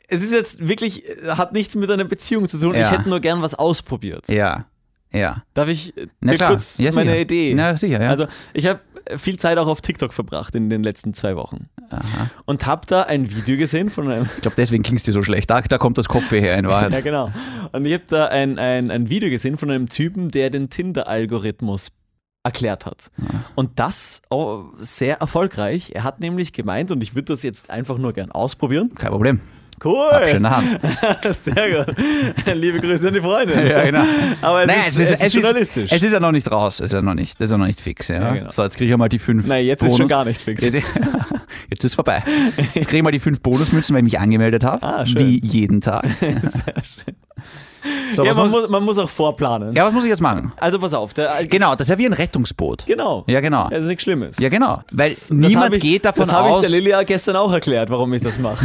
[SPEAKER 1] es ist jetzt wirklich, äh, hat nichts mit einer Beziehung zu tun.
[SPEAKER 2] Ja.
[SPEAKER 1] Ich hätte nur gern was ausprobiert.
[SPEAKER 2] ja. ja.
[SPEAKER 1] Darf ich äh,
[SPEAKER 2] Na
[SPEAKER 1] dir
[SPEAKER 2] klar.
[SPEAKER 1] kurz
[SPEAKER 2] Ja,
[SPEAKER 1] meine
[SPEAKER 2] sicher.
[SPEAKER 1] Idee?
[SPEAKER 2] Na, sicher, ja.
[SPEAKER 1] Also ich habe viel Zeit auch auf TikTok verbracht in den letzten zwei Wochen. Und habe da ein Video gesehen von einem...
[SPEAKER 2] Ich glaube, deswegen ging es dir so schlecht. Da, da kommt das Kopfweh her in
[SPEAKER 1] Ja,
[SPEAKER 2] Wahrheit.
[SPEAKER 1] genau. Und ich habe da ein, ein, ein Video gesehen von einem Typen, der den Tinder-Algorithmus erklärt hat. Und das oh, sehr erfolgreich. Er hat nämlich gemeint, und ich würde das jetzt einfach nur gern ausprobieren.
[SPEAKER 2] Kein Problem.
[SPEAKER 1] Cool.
[SPEAKER 2] Hab schöne Hand.
[SPEAKER 1] Sehr gut. Liebe Grüße an die Freundin.
[SPEAKER 2] Ja, genau.
[SPEAKER 1] Aber es,
[SPEAKER 2] Nein,
[SPEAKER 1] ist, es ist journalistisch.
[SPEAKER 2] Es ist ja noch nicht raus. Es ist ja noch nicht, das ist ja noch nicht fix. Ja?
[SPEAKER 1] Ja, genau.
[SPEAKER 2] So, jetzt kriege ich ja mal die fünf.
[SPEAKER 1] Nein, jetzt ist
[SPEAKER 2] Bonus.
[SPEAKER 1] schon gar nicht fix.
[SPEAKER 2] Jetzt, jetzt ist vorbei. Jetzt kriege ich mal die fünf Bonusmützen, weil ich mich angemeldet habe.
[SPEAKER 1] Ah, schön.
[SPEAKER 2] wie jeden Tag. So,
[SPEAKER 1] Ja, man
[SPEAKER 2] was muss,
[SPEAKER 1] muss, man muss auch vorplanen.
[SPEAKER 2] ja, was muss ich jetzt machen?
[SPEAKER 1] Also pass auf. Der, Al-
[SPEAKER 2] Genau, das ist ja wie ein Rettungsboot.
[SPEAKER 1] genau.
[SPEAKER 2] Ja, genau.
[SPEAKER 1] Das ist nichts Schlimmes.
[SPEAKER 2] Ja, genau. Weil
[SPEAKER 1] Das- das hab
[SPEAKER 2] niemand
[SPEAKER 1] ich,
[SPEAKER 2] geht davon
[SPEAKER 1] Das habe ich
[SPEAKER 2] aus,
[SPEAKER 1] der Lilia gestern auch erklärt, warum ich das mache.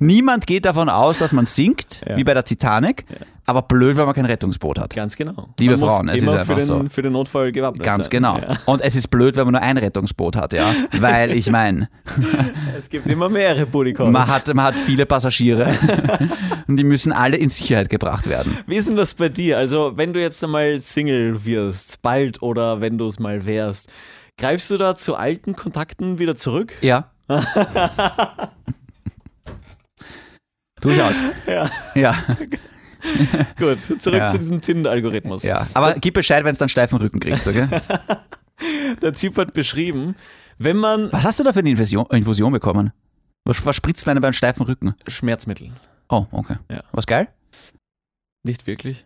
[SPEAKER 2] niemand geht davon aus, dass man sinkt,
[SPEAKER 1] Ja.
[SPEAKER 2] wie bei der Titanic, aber blöd, weil man kein Rettungsboot hat.
[SPEAKER 1] Ganz genau.
[SPEAKER 2] Liebe
[SPEAKER 1] man muss
[SPEAKER 2] Frauen, es
[SPEAKER 1] immer
[SPEAKER 2] ist
[SPEAKER 1] für
[SPEAKER 2] einfach
[SPEAKER 1] den,
[SPEAKER 2] so.
[SPEAKER 1] Für den Notfall gewappnet
[SPEAKER 2] Ganz
[SPEAKER 1] sein.
[SPEAKER 2] genau.
[SPEAKER 1] Ja.
[SPEAKER 2] Und es ist blöd, wenn man nur ein Rettungsboot hat, ja. Weil ich meine,
[SPEAKER 1] Es gibt immer mehrere Bodycalls.
[SPEAKER 2] man hat, man hat viele Passagiere und die müssen alle in Sicherheit gebracht werden.
[SPEAKER 1] Wie ist denn das bei dir? Also, wenn du jetzt einmal Single wirst, bald oder wenn du es mal wärst, greifst du da zu alten Kontakten wieder zurück?
[SPEAKER 2] Ja. Durchaus.
[SPEAKER 1] Ja.
[SPEAKER 2] Ja,
[SPEAKER 1] Gut, zurück
[SPEAKER 2] Ja.
[SPEAKER 1] zu diesem Tinder-Algorithmus.
[SPEAKER 2] ja. Aber gib Bescheid, wenn du einen steifen Rücken kriegst, okay?
[SPEAKER 1] Der Typ hat beschrieben, wenn man
[SPEAKER 2] Was hast du da für eine Infusion, Infusion bekommen? Was, was spritzt man bei einem steifen Rücken?
[SPEAKER 1] Schmerzmittel.
[SPEAKER 2] Oh, okay.
[SPEAKER 1] Ja.
[SPEAKER 2] Was geil?
[SPEAKER 1] Nicht wirklich.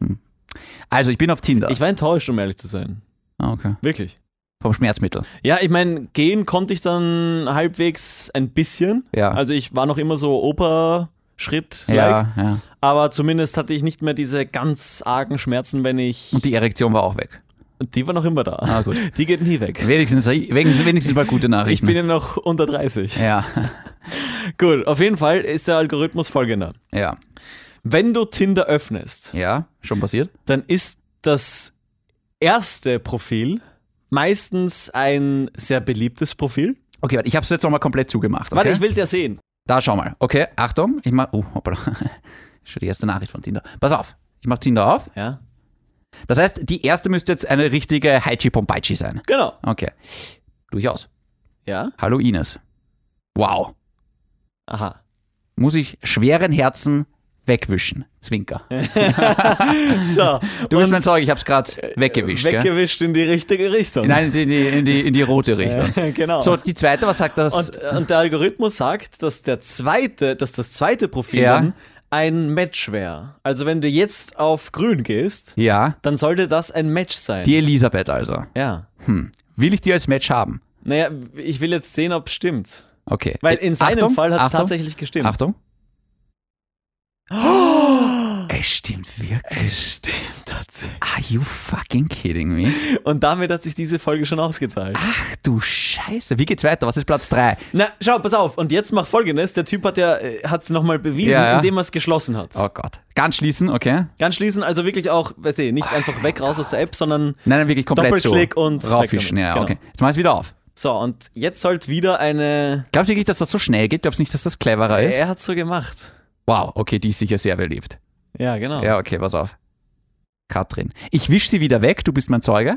[SPEAKER 2] Also, ich bin auf Tinder.
[SPEAKER 1] Ich war enttäuscht, um ehrlich zu sein.
[SPEAKER 2] Ah, okay.
[SPEAKER 1] Wirklich.
[SPEAKER 2] Vom Schmerzmittel.
[SPEAKER 1] Ja, ich meine, gehen konnte ich dann halbwegs ein bisschen.
[SPEAKER 2] Ja.
[SPEAKER 1] Also ich war noch immer so Oper-Schritt,
[SPEAKER 2] Ja, ja.
[SPEAKER 1] aber zumindest hatte ich nicht mehr diese ganz argen Schmerzen, wenn ich.
[SPEAKER 2] Und die Erektion war auch weg.
[SPEAKER 1] Die war noch immer da.
[SPEAKER 2] Ah, gut.
[SPEAKER 1] Die geht nie weg.
[SPEAKER 2] Wenigstens, wenigstens, wenigstens mal gute
[SPEAKER 1] Ich
[SPEAKER 2] Nachrichten.
[SPEAKER 1] bin ja noch unter 30.
[SPEAKER 2] ja,
[SPEAKER 1] Gut, auf jeden Fall ist der Algorithmus folgender.
[SPEAKER 2] ja,
[SPEAKER 1] Wenn du Tinder öffnest,
[SPEAKER 2] ja, schon passiert.
[SPEAKER 1] dann ist das erste Profil meistens ein sehr beliebtes Profil.
[SPEAKER 2] Okay, warte, ich habe es jetzt nochmal komplett zugemacht. Okay?
[SPEAKER 1] Warte, ich will es ja sehen.
[SPEAKER 2] da schau mal. Okay, Achtung, ich mach. Oh, hoppala. Schon die erste Nachricht von Tinder. Pass auf, ich mach Tinder auf.
[SPEAKER 1] Ja,
[SPEAKER 2] Das heißt, die erste müsste jetzt eine richtige Haichi Pompeichi sein.
[SPEAKER 1] genau.
[SPEAKER 2] Okay. Durchaus.
[SPEAKER 1] Ja,
[SPEAKER 2] Hallo Ines. Wow.
[SPEAKER 1] aha.
[SPEAKER 2] Muss ich schweren Herzen wegwischen. Zwinker.
[SPEAKER 1] So,
[SPEAKER 2] Du bist mein Zeug, ich hab's gerade weggewischt. Gell?
[SPEAKER 1] Äh, weggewischt in die richtige Richtung.
[SPEAKER 2] Nein, in die, in die, in die, in die rote Richtung.
[SPEAKER 1] genau.
[SPEAKER 2] So, die zweite, was sagt das?
[SPEAKER 1] und, und der Algorithmus sagt, dass der zweite, dass das zweite Profil
[SPEAKER 2] Ja.
[SPEAKER 1] dann ein Match wäre. Also wenn du jetzt auf grün gehst,
[SPEAKER 2] ja,
[SPEAKER 1] dann sollte das ein Match sein.
[SPEAKER 2] die Elisabeth also.
[SPEAKER 1] ja.
[SPEAKER 2] Will ich die als Match haben?
[SPEAKER 1] Naja, ich will jetzt sehen, ob es stimmt.
[SPEAKER 2] Okay.
[SPEAKER 1] Weil in seinem
[SPEAKER 2] Achtung,
[SPEAKER 1] Fall hat es
[SPEAKER 2] Achtung,
[SPEAKER 1] tatsächlich gestimmt.
[SPEAKER 2] Achtung. Es stimmt wirklich. Es stimmt tatsächlich. Are you fucking kidding me?
[SPEAKER 1] Und damit hat sich diese Folge schon ausgezahlt.
[SPEAKER 2] Ach du Scheiße. Wie geht's weiter? Was ist Platz 3?
[SPEAKER 1] Na, schau, pass auf. Und jetzt mach folgendes. Der Typ hat ja, äh, hat es nochmal bewiesen,
[SPEAKER 2] Ja, ja.
[SPEAKER 1] indem er es geschlossen hat.
[SPEAKER 2] Oh Gott. Ganz schließen, okay?
[SPEAKER 1] Ganz schließen, also wirklich auch, weißt du,
[SPEAKER 2] Oh,
[SPEAKER 1] nicht einfach weg, raus aus der App, sondern
[SPEAKER 2] Nein, nein, wirklich komplett
[SPEAKER 1] Doppelschlick
[SPEAKER 2] so.
[SPEAKER 1] und
[SPEAKER 2] Raufischen,
[SPEAKER 1] weg damit.
[SPEAKER 2] ja,
[SPEAKER 1] Genau.
[SPEAKER 2] okay. Jetzt mach ich wieder auf.
[SPEAKER 1] so. Und jetzt sollte wieder eine.
[SPEAKER 2] Glaubst du wirklich, dass das so schnell geht? Glaubst du nicht, dass das cleverer ist?
[SPEAKER 1] Er hat so gemacht.
[SPEAKER 2] Wow, okay, die ist sicher sehr beliebt.
[SPEAKER 1] Ja, genau.
[SPEAKER 2] Ja, okay, pass auf. Katrin. Ich wisch sie wieder weg, du bist mein Zeuge.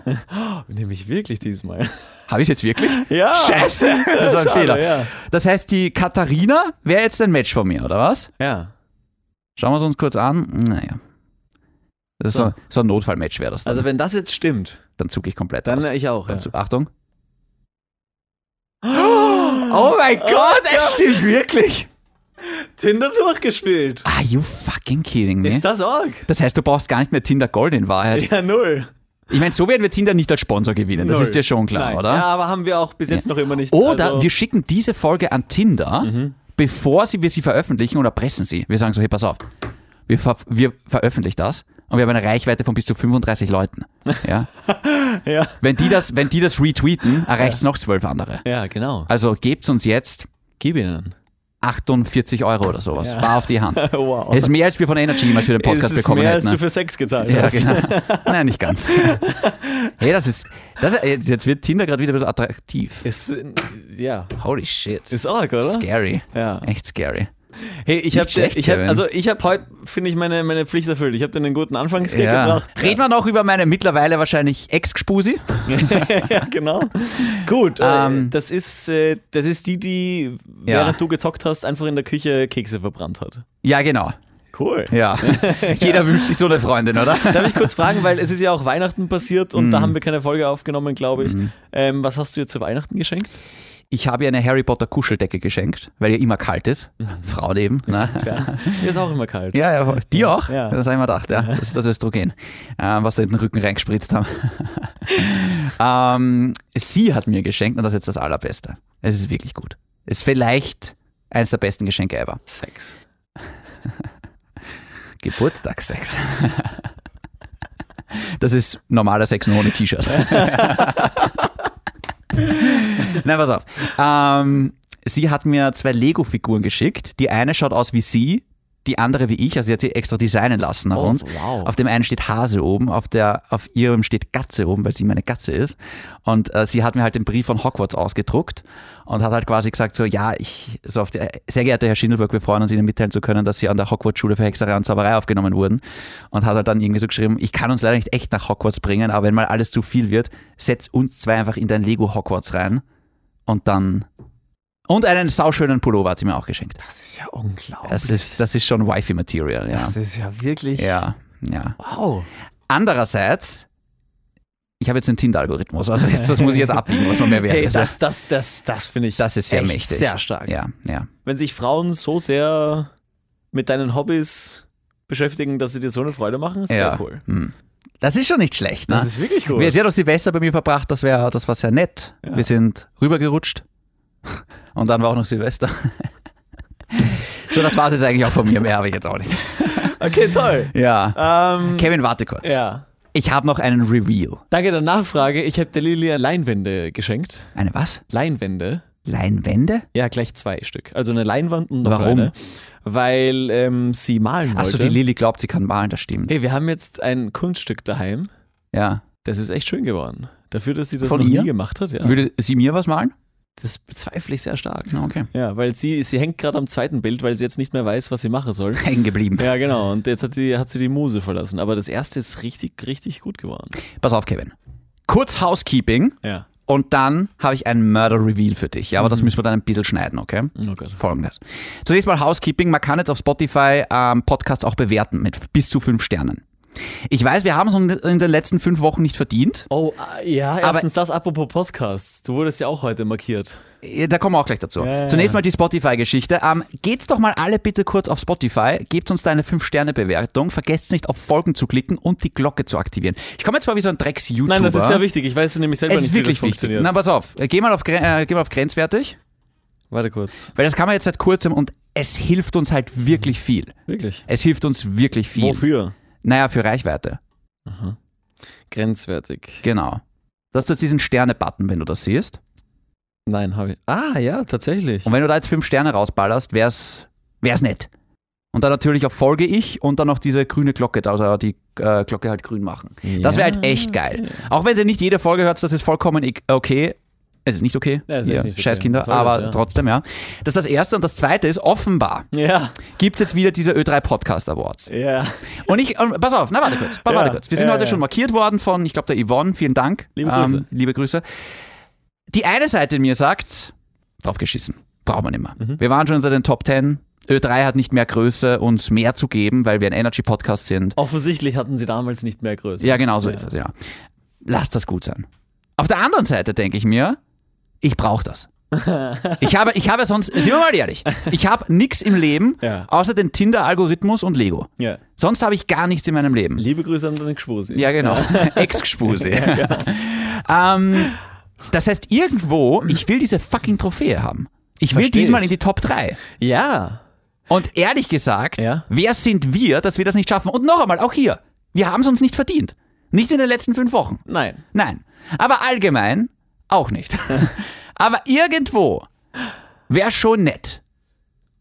[SPEAKER 1] Nämlich wirklich diesmal.
[SPEAKER 2] Habe ich jetzt wirklich?
[SPEAKER 1] Ja.
[SPEAKER 2] Scheiße, das war ein
[SPEAKER 1] Schade,
[SPEAKER 2] Fehler.
[SPEAKER 1] ja.
[SPEAKER 2] Das heißt, die Katharina wäre jetzt ein Match von mir, oder was?
[SPEAKER 1] Ja.
[SPEAKER 2] Schauen wir es uns kurz an. Naja. Das ist so,
[SPEAKER 1] So.
[SPEAKER 2] so ein Notfallmatch wäre das. Dann.
[SPEAKER 1] Also, wenn das jetzt stimmt,
[SPEAKER 2] dann zucke ich komplett
[SPEAKER 1] dann
[SPEAKER 2] aus.
[SPEAKER 1] ich auch. Ja.
[SPEAKER 2] Dann zu- Achtung. Oh mein Gott, es stimmt wirklich.
[SPEAKER 1] Tinder durchgespielt.
[SPEAKER 2] Are Ah, you fucking kidding me?
[SPEAKER 1] Ist das arg?
[SPEAKER 2] Das heißt, du brauchst gar nicht mehr Tinder Gold in Wahrheit.
[SPEAKER 1] Ja, null.
[SPEAKER 2] Ich meine, so werden wir Tinder nicht als Sponsor gewinnen. Das
[SPEAKER 1] Null.
[SPEAKER 2] ist dir schon klar,
[SPEAKER 1] Nein.
[SPEAKER 2] oder?
[SPEAKER 1] Ja, aber haben wir auch bis jetzt
[SPEAKER 2] Ja.
[SPEAKER 1] noch immer nicht.
[SPEAKER 2] Oder
[SPEAKER 1] also,
[SPEAKER 2] wir schicken diese Folge an Tinder, bevor sie, wir sie veröffentlichen oder pressen sie. Wir sagen so, hey, pass auf, wir, ver wir veröffentlichen das und wir haben eine Reichweite von bis zu 35 Leuten. Ja?
[SPEAKER 1] Ja.
[SPEAKER 2] Wenn, die das, wenn die das retweeten, erreicht es noch zwölf andere.
[SPEAKER 1] Ja, genau.
[SPEAKER 2] Also gebt uns jetzt
[SPEAKER 1] Gib ihnen.
[SPEAKER 2] 48 Euro oder sowas. Bar auf die Hand.
[SPEAKER 1] Wow.
[SPEAKER 2] Das ist mehr als wir von Energy jemals für den Oh, Podcast
[SPEAKER 1] es ist
[SPEAKER 2] bekommen
[SPEAKER 1] mehr,
[SPEAKER 2] hätten. ne?
[SPEAKER 1] als du für Sex gezahlt
[SPEAKER 2] Ja,
[SPEAKER 1] hast.
[SPEAKER 2] genau. Nein, nicht ganz. Hey, das ist. Das, jetzt wird Tinder gerade wieder ein bisschen attraktiv.
[SPEAKER 1] Ist, äh, ja,
[SPEAKER 2] Holy shit.
[SPEAKER 1] ist arg, oder?
[SPEAKER 2] Scary.
[SPEAKER 1] Ja.
[SPEAKER 2] Echt scary.
[SPEAKER 1] Hey, ich habe
[SPEAKER 2] schlecht,
[SPEAKER 1] ich hab,
[SPEAKER 2] Kevin.
[SPEAKER 1] also ich habe heute finde ich meine meine Pflicht erfüllt. Ich habe dir einen guten Anfangsgag gebracht.
[SPEAKER 2] Reden wir noch über meine mittlerweile wahrscheinlich Ex-Gspusi?
[SPEAKER 1] ja, genau. Gut,
[SPEAKER 2] Ähm.
[SPEAKER 1] äh, das ist äh, das ist die, die
[SPEAKER 2] Ja.
[SPEAKER 1] während du gezockt hast, einfach in der Küche Kekse verbrannt hat.
[SPEAKER 2] Ja, genau.
[SPEAKER 1] Cool.
[SPEAKER 2] Ja. Jeder wünscht sich so eine Freundin, oder?
[SPEAKER 1] Darf ich kurz fragen, weil es ist ja auch Weihnachten passiert und
[SPEAKER 2] Mm.
[SPEAKER 1] da haben wir keine Folge aufgenommen, glaube ich. Ähm, was hast du dir zu Weihnachten geschenkt?
[SPEAKER 2] Ich habe ihr eine Harry Potter Kuscheldecke geschenkt, weil ihr immer kalt ist. Frau eben. Ne?
[SPEAKER 1] Ja, mir ist auch immer kalt.
[SPEAKER 2] Ja, ja, voll. Die auch?
[SPEAKER 1] Ja.
[SPEAKER 2] Das habe ich mir gedacht, ja. Das ist das Östrogen, ähm, was da in den Rücken reingespritzt haben. ähm, sie hat mir geschenkt und das ist jetzt das Allerbeste. Es ist wirklich gut. Es ist vielleicht eines der besten Geschenke ever.
[SPEAKER 1] Sex.
[SPEAKER 2] Geburtstagsex. Das ist normaler Sex nur ohne T-Shirt. Nein, pass auf. Ähm, sie hat mir zwei Lego-Figuren geschickt. Die eine schaut aus wie sie, die andere wie ich. Also sie hat sie extra designen lassen nach
[SPEAKER 1] Oh,
[SPEAKER 2] uns.
[SPEAKER 1] wow.
[SPEAKER 2] Auf dem einen steht Hase oben, auf, der, auf ihrem steht Gatze oben, weil sie meine Gatze ist. Und äh, sie hat mir halt den Brief von Hogwarts ausgedruckt und hat halt quasi gesagt, so ja, ich, so auf der, sehr geehrter Herr Schindelberg, wir freuen uns Ihnen mitteilen zu können, dass Sie an der Hogwarts-Schule für Hexerei und Zauberei aufgenommen wurden. Und hat halt dann irgendwie so geschrieben, ich kann uns leider nicht echt nach Hogwarts bringen, aber wenn mal alles zu viel wird, setz uns zwei einfach in dein Lego Hogwarts rein und dann... Und einen sauschönen Pullover hat sie mir auch geschenkt.
[SPEAKER 1] Das ist ja unglaublich.
[SPEAKER 2] Das ist, das ist schon Wifi-Material, ja.
[SPEAKER 1] Das ist ja wirklich.
[SPEAKER 2] Ja, ja.
[SPEAKER 1] Wow.
[SPEAKER 2] Andererseits, ich habe jetzt einen Tinder-Algorithmus, also jetzt, das muss ich jetzt abwiegen, was man mehr wert
[SPEAKER 1] Hey,
[SPEAKER 2] ist.
[SPEAKER 1] das, das, das, das finde ich
[SPEAKER 2] das ist sehr
[SPEAKER 1] echt
[SPEAKER 2] mächtig.
[SPEAKER 1] sehr stark.
[SPEAKER 2] Ja, ja.
[SPEAKER 1] Wenn sich Frauen so sehr mit deinen Hobbys beschäftigen, dass sie dir so eine Freude machen, ist
[SPEAKER 2] ja.
[SPEAKER 1] sehr cool.
[SPEAKER 2] Hm. Das ist schon nicht schlecht. Ne?
[SPEAKER 1] Das ist wirklich cool.
[SPEAKER 2] Wer sie hat auch Silvester bei mir verbracht, das, wär, das war sehr nett. Wir sind rübergerutscht und dann war auch noch Silvester. so, das war es jetzt eigentlich auch von mir, mehr habe ich jetzt auch nicht.
[SPEAKER 1] Okay, toll.
[SPEAKER 2] Ja.
[SPEAKER 1] Ähm,
[SPEAKER 2] Kevin, warte kurz.
[SPEAKER 1] ja.
[SPEAKER 2] Ich habe noch einen Reveal.
[SPEAKER 1] Danke der Nachfrage. Ich habe der Lilia Leinwände geschenkt.
[SPEAKER 2] Eine was?
[SPEAKER 1] Leinwände.
[SPEAKER 2] Leinwände?
[SPEAKER 1] Ja, gleich zwei Stück. Also eine Leinwand und noch
[SPEAKER 2] Warum?
[SPEAKER 1] eine. Weil ähm, sie malen wollte.
[SPEAKER 2] Achso, die Lilly glaubt, sie kann malen, das stimmt.
[SPEAKER 1] Hey, wir haben jetzt ein Kunststück daheim.
[SPEAKER 2] Ja.
[SPEAKER 1] Das ist echt schön geworden. Dafür, dass sie das
[SPEAKER 2] Von
[SPEAKER 1] noch
[SPEAKER 2] ihr?
[SPEAKER 1] nie gemacht hat. Ja.
[SPEAKER 2] Würde sie mir was malen?
[SPEAKER 1] Das bezweifle ich sehr stark.
[SPEAKER 2] Na, Okay.
[SPEAKER 1] Ja, weil sie, sie hängt gerade am zweiten Bild, weil sie jetzt nicht mehr weiß, was sie machen soll.
[SPEAKER 2] Hängen geblieben.
[SPEAKER 1] Ja, genau. Und jetzt hat, die, hat sie die Muse verlassen. Aber das erste ist richtig, richtig gut geworden.
[SPEAKER 2] Pass auf, Kevin. Kurz Housekeeping
[SPEAKER 1] Ja.
[SPEAKER 2] und dann habe ich ein Murder-Reveal für dich. Ja,
[SPEAKER 1] Mhm.
[SPEAKER 2] aber das müssen wir dann ein bisschen schneiden, okay?
[SPEAKER 1] Oh Gott.
[SPEAKER 2] Folgendes. Zunächst mal Housekeeping. Man kann jetzt auf Spotify ähm, Podcasts auch bewerten mit bis zu fünf Sternen. Ich weiß, wir haben es in den letzten fünf Wochen nicht verdient.
[SPEAKER 1] Oh, ah, ja, erstens das apropos Podcasts. Du wurdest ja auch heute markiert.
[SPEAKER 2] Äh, Da kommen wir auch gleich dazu.
[SPEAKER 1] ja,
[SPEAKER 2] Zunächst
[SPEAKER 1] ja.
[SPEAKER 2] mal die Spotify-Geschichte. Ähm, geht's doch mal alle bitte kurz auf Spotify, gebt uns da eine 5-Sterne-Bewertung, vergesst nicht auf Folgen zu klicken und die Glocke zu aktivieren. Ich komme jetzt vor wie so ein Drecks-YouTuber.
[SPEAKER 1] Nein, das ist ja wichtig. Ich weiß nämlich selber
[SPEAKER 2] Es ist
[SPEAKER 1] nicht, wie das
[SPEAKER 2] wirklich wichtig.
[SPEAKER 1] funktioniert.
[SPEAKER 2] Na, pass auf. Äh, Geh mal auf, Gren- äh, geh mal auf grenzwertig,
[SPEAKER 1] Warte kurz.
[SPEAKER 2] weil das kann man jetzt seit kurzem und es hilft uns halt wirklich viel.
[SPEAKER 1] Wirklich?
[SPEAKER 2] Es hilft uns wirklich viel.
[SPEAKER 1] Wofür?
[SPEAKER 2] Naja, für Reichweite.
[SPEAKER 1] Grenzwertig.
[SPEAKER 2] Genau. Du hast jetzt diesen Sterne-Button, wenn du das siehst.
[SPEAKER 1] Nein, habe ich. Ah, ja, tatsächlich.
[SPEAKER 2] Und wenn du da jetzt fünf Sterne rausballerst, wär's, wär's nett. Und dann natürlich auch folge ich und dann noch diese grüne Glocke, da, also die äh, Glocke halt grün machen. Das wäre halt echt geil. Auch wenn ihr nicht jede Folge hört, das ist vollkommen ik- okay. Es ist nicht okay.
[SPEAKER 1] Ja, es ist echt nicht okay.
[SPEAKER 2] Scheißkinder,
[SPEAKER 1] Was soll das,
[SPEAKER 2] aber
[SPEAKER 1] ja?
[SPEAKER 2] trotzdem, ja. Das ist das Erste. Und das Zweite ist, offenbar
[SPEAKER 1] Ja,
[SPEAKER 2] gibt's jetzt wieder diese Ö3 Podcast Awards.
[SPEAKER 1] ja.
[SPEAKER 2] Und ich, und pass auf, na warte kurz, pa-
[SPEAKER 1] Ja,
[SPEAKER 2] warte kurz. Wir sind
[SPEAKER 1] ja,
[SPEAKER 2] heute
[SPEAKER 1] ja.
[SPEAKER 2] schon markiert worden von, ich glaube, der Yvonne, vielen Dank. Ähm,
[SPEAKER 1] Liebe Grüße.
[SPEAKER 2] liebe Grüße. Die eine Seite in mir sagt, drauf geschissen, braucht man immer.
[SPEAKER 1] Mhm.
[SPEAKER 2] Wir waren schon unter den Top 10. Ö3 hat nicht mehr Größe, uns mehr zu geben, weil wir ein Energy-Podcast sind.
[SPEAKER 1] Offensichtlich hatten sie damals nicht mehr Größe.
[SPEAKER 2] Ja, genau so ist es, ja. Lasst das gut sein. Auf der anderen Seite denke ich mir, ich brauche das. Ich habe, ich habe sonst, sind wir mal ehrlich, ich habe nichts im Leben,
[SPEAKER 1] Ja.
[SPEAKER 2] außer den Tinder-Algorithmus und Lego.
[SPEAKER 1] Ja.
[SPEAKER 2] Sonst habe ich gar nichts in meinem Leben.
[SPEAKER 1] Liebe Grüße an den Gschwosi.
[SPEAKER 2] Ja, genau. Ex-Gespuse. ähm, das heißt, irgendwo, ich will diese fucking Trophäe haben. Ich will
[SPEAKER 1] Versteh
[SPEAKER 2] diesmal
[SPEAKER 1] ich.
[SPEAKER 2] in die Top 3.
[SPEAKER 1] Ja.
[SPEAKER 2] Und ehrlich gesagt,
[SPEAKER 1] Ja.
[SPEAKER 2] wer sind wir, dass wir das nicht schaffen? Und noch einmal, auch hier, wir haben es uns nicht verdient. Nicht in den letzten fünf Wochen.
[SPEAKER 1] Nein.
[SPEAKER 2] Nein. Aber allgemein auch nicht. Aber irgendwo wäre schon nett.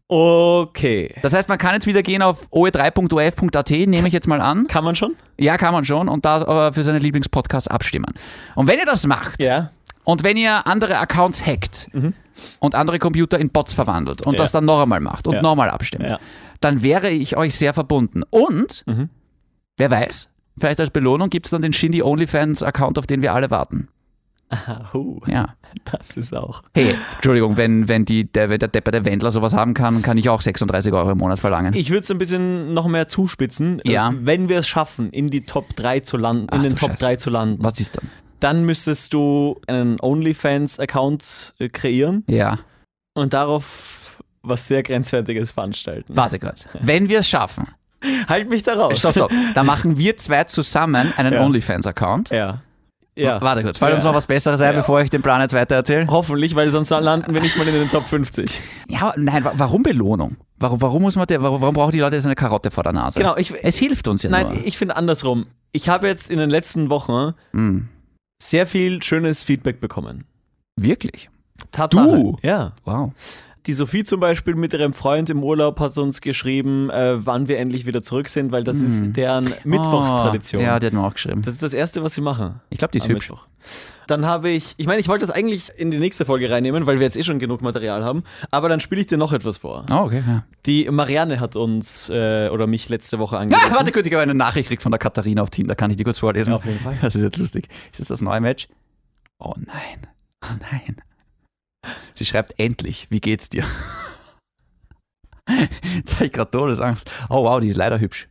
[SPEAKER 1] Okay.
[SPEAKER 2] Das heißt, man kann jetzt wieder gehen auf oe3.of.at, nehme ich jetzt mal an.
[SPEAKER 1] Kann man schon?
[SPEAKER 2] Ja, kann man schon. Und da aber für seine Lieblingspodcasts abstimmen. Und wenn ihr das macht
[SPEAKER 1] Ja. Mhm.
[SPEAKER 2] und wenn ihr andere Accounts hackt und andere Computer in Bots verwandelt und
[SPEAKER 1] Ja.
[SPEAKER 2] das dann noch einmal macht und
[SPEAKER 1] Ja.
[SPEAKER 2] noch nochmal abstimmt,
[SPEAKER 1] Ja. Mhm.
[SPEAKER 2] dann wäre ich euch sehr verbunden. Und wer weiß, vielleicht als Belohnung gibt es dann den Shindy OnlyFans Account, auf den wir alle warten.
[SPEAKER 1] Ahu,
[SPEAKER 2] Ja.
[SPEAKER 1] das ist auch.
[SPEAKER 2] Hey, Entschuldigung, wenn, wenn, die, der, wenn der Depper der Wendler sowas haben kann, kann ich auch 36 Euro im Monat verlangen.
[SPEAKER 1] Ich würde es ein bisschen noch mehr zuspitzen. Äh,
[SPEAKER 2] Ja.
[SPEAKER 1] Wenn wir es schaffen, in die Top 3 zu landen,
[SPEAKER 2] Ach
[SPEAKER 1] in den
[SPEAKER 2] du
[SPEAKER 1] Top
[SPEAKER 2] Scheiße.
[SPEAKER 1] 3 zu landen,
[SPEAKER 2] Was ist dann?
[SPEAKER 1] dann müsstest du einen OnlyFans-Account äh, kreieren
[SPEAKER 2] Ja.
[SPEAKER 1] und darauf was sehr Grenzwertiges veranstalten.
[SPEAKER 2] Warte kurz. Wenn wir es schaffen,
[SPEAKER 1] Halt mich da raus.
[SPEAKER 2] Stopp, stopp. Da machen wir zwei zusammen einen
[SPEAKER 1] Ja.
[SPEAKER 2] OnlyFans-Account.
[SPEAKER 1] Ja. Ja.
[SPEAKER 2] Warte kurz, fällt uns
[SPEAKER 1] Ja. Oh.
[SPEAKER 2] noch was Besseres ein, bevor ich den Plan jetzt weiter erzähle?
[SPEAKER 1] Hoffentlich, weil sonst landen wir nicht mal in den Top 50.
[SPEAKER 2] Ja, nein, wa- warum Belohnung? Warum, warum, muss man der, warum, warum brauchen die Leute jetzt eine Karotte vor der Nase?
[SPEAKER 1] Genau, ich-
[SPEAKER 2] es hilft uns ja
[SPEAKER 1] Nein,
[SPEAKER 2] nur.
[SPEAKER 1] ich finde andersrum. Ich habe jetzt in den letzten Wochen
[SPEAKER 2] Mm.
[SPEAKER 1] sehr viel schönes Feedback bekommen.
[SPEAKER 2] Wirklich?
[SPEAKER 1] Tatsache.
[SPEAKER 2] Du?
[SPEAKER 1] Ja.
[SPEAKER 2] Wow.
[SPEAKER 1] Die Sophie zum Beispiel mit ihrem Freund im Urlaub hat uns geschrieben, äh, wann wir endlich wieder zurück sind, weil das ist deren Mittwochstradition.
[SPEAKER 2] Hm. Ah, ja, die hat mir auch geschrieben.
[SPEAKER 1] das ist das Erste, was sie machen.
[SPEAKER 2] Ich glaube, die ist
[SPEAKER 1] Am
[SPEAKER 2] hübsch.
[SPEAKER 1] Mittwoch. Dann habe ich, ich meine, ich wollte das eigentlich in die nächste Folge reinnehmen, weil wir jetzt eh schon genug Material haben, aber dann spiele ich dir noch etwas vor.
[SPEAKER 2] Oh, okay. Ja.
[SPEAKER 1] Die Marianne hat uns äh, oder mich letzte Woche
[SPEAKER 2] Ah,
[SPEAKER 1] angerufen.
[SPEAKER 2] warte kurz, ich habe eine Nachricht gekriegt von der Katharina auf Team, da kann ich die kurz vorlesen.
[SPEAKER 1] Ja, auf jeden Fall.
[SPEAKER 2] Das ist jetzt lustig. Ist das das neue Match? Oh nein. Oh nein. Sie schreibt endlich, wie geht's dir? Jetzt habe ich gerade Todesangst. Oh wow, die ist leider hübsch.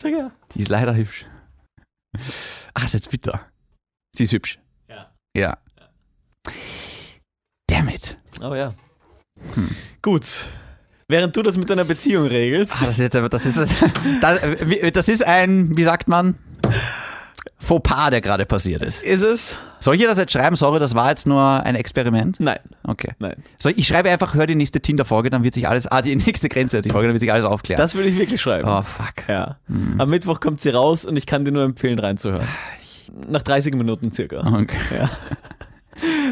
[SPEAKER 1] Sag ja.
[SPEAKER 2] Die ist leider hübsch. Ach, ist jetzt bitter. Sie ist hübsch.
[SPEAKER 1] Ja.
[SPEAKER 2] Ja. Damn it.
[SPEAKER 1] Aber Oh ja.
[SPEAKER 2] Hm.
[SPEAKER 1] Gut. Während du das mit deiner Beziehung regelst,
[SPEAKER 2] äh, Ah, das ist jetzt aber, das ist, das, das ist ein, wie sagt man? Fauxpas, der gerade passiert ist.
[SPEAKER 1] Ist es?
[SPEAKER 2] Soll ich ihr das jetzt schreiben? Sorry, das war jetzt nur ein Experiment.
[SPEAKER 1] Nein.
[SPEAKER 2] Okay.
[SPEAKER 1] Nein.
[SPEAKER 2] So, ich schreibe einfach, hör die nächste Tinder-Folge, dann wird sich alles, ah, die nächste Grenze, die Folge, dann wird sich alles aufklären.
[SPEAKER 1] Das würde ich wirklich schreiben.
[SPEAKER 2] oh, fuck.
[SPEAKER 1] Ja. Am Mittwoch kommt sie raus und ich kann dir nur empfehlen, reinzuhören. Nach 30 Minuten circa.
[SPEAKER 2] Okay.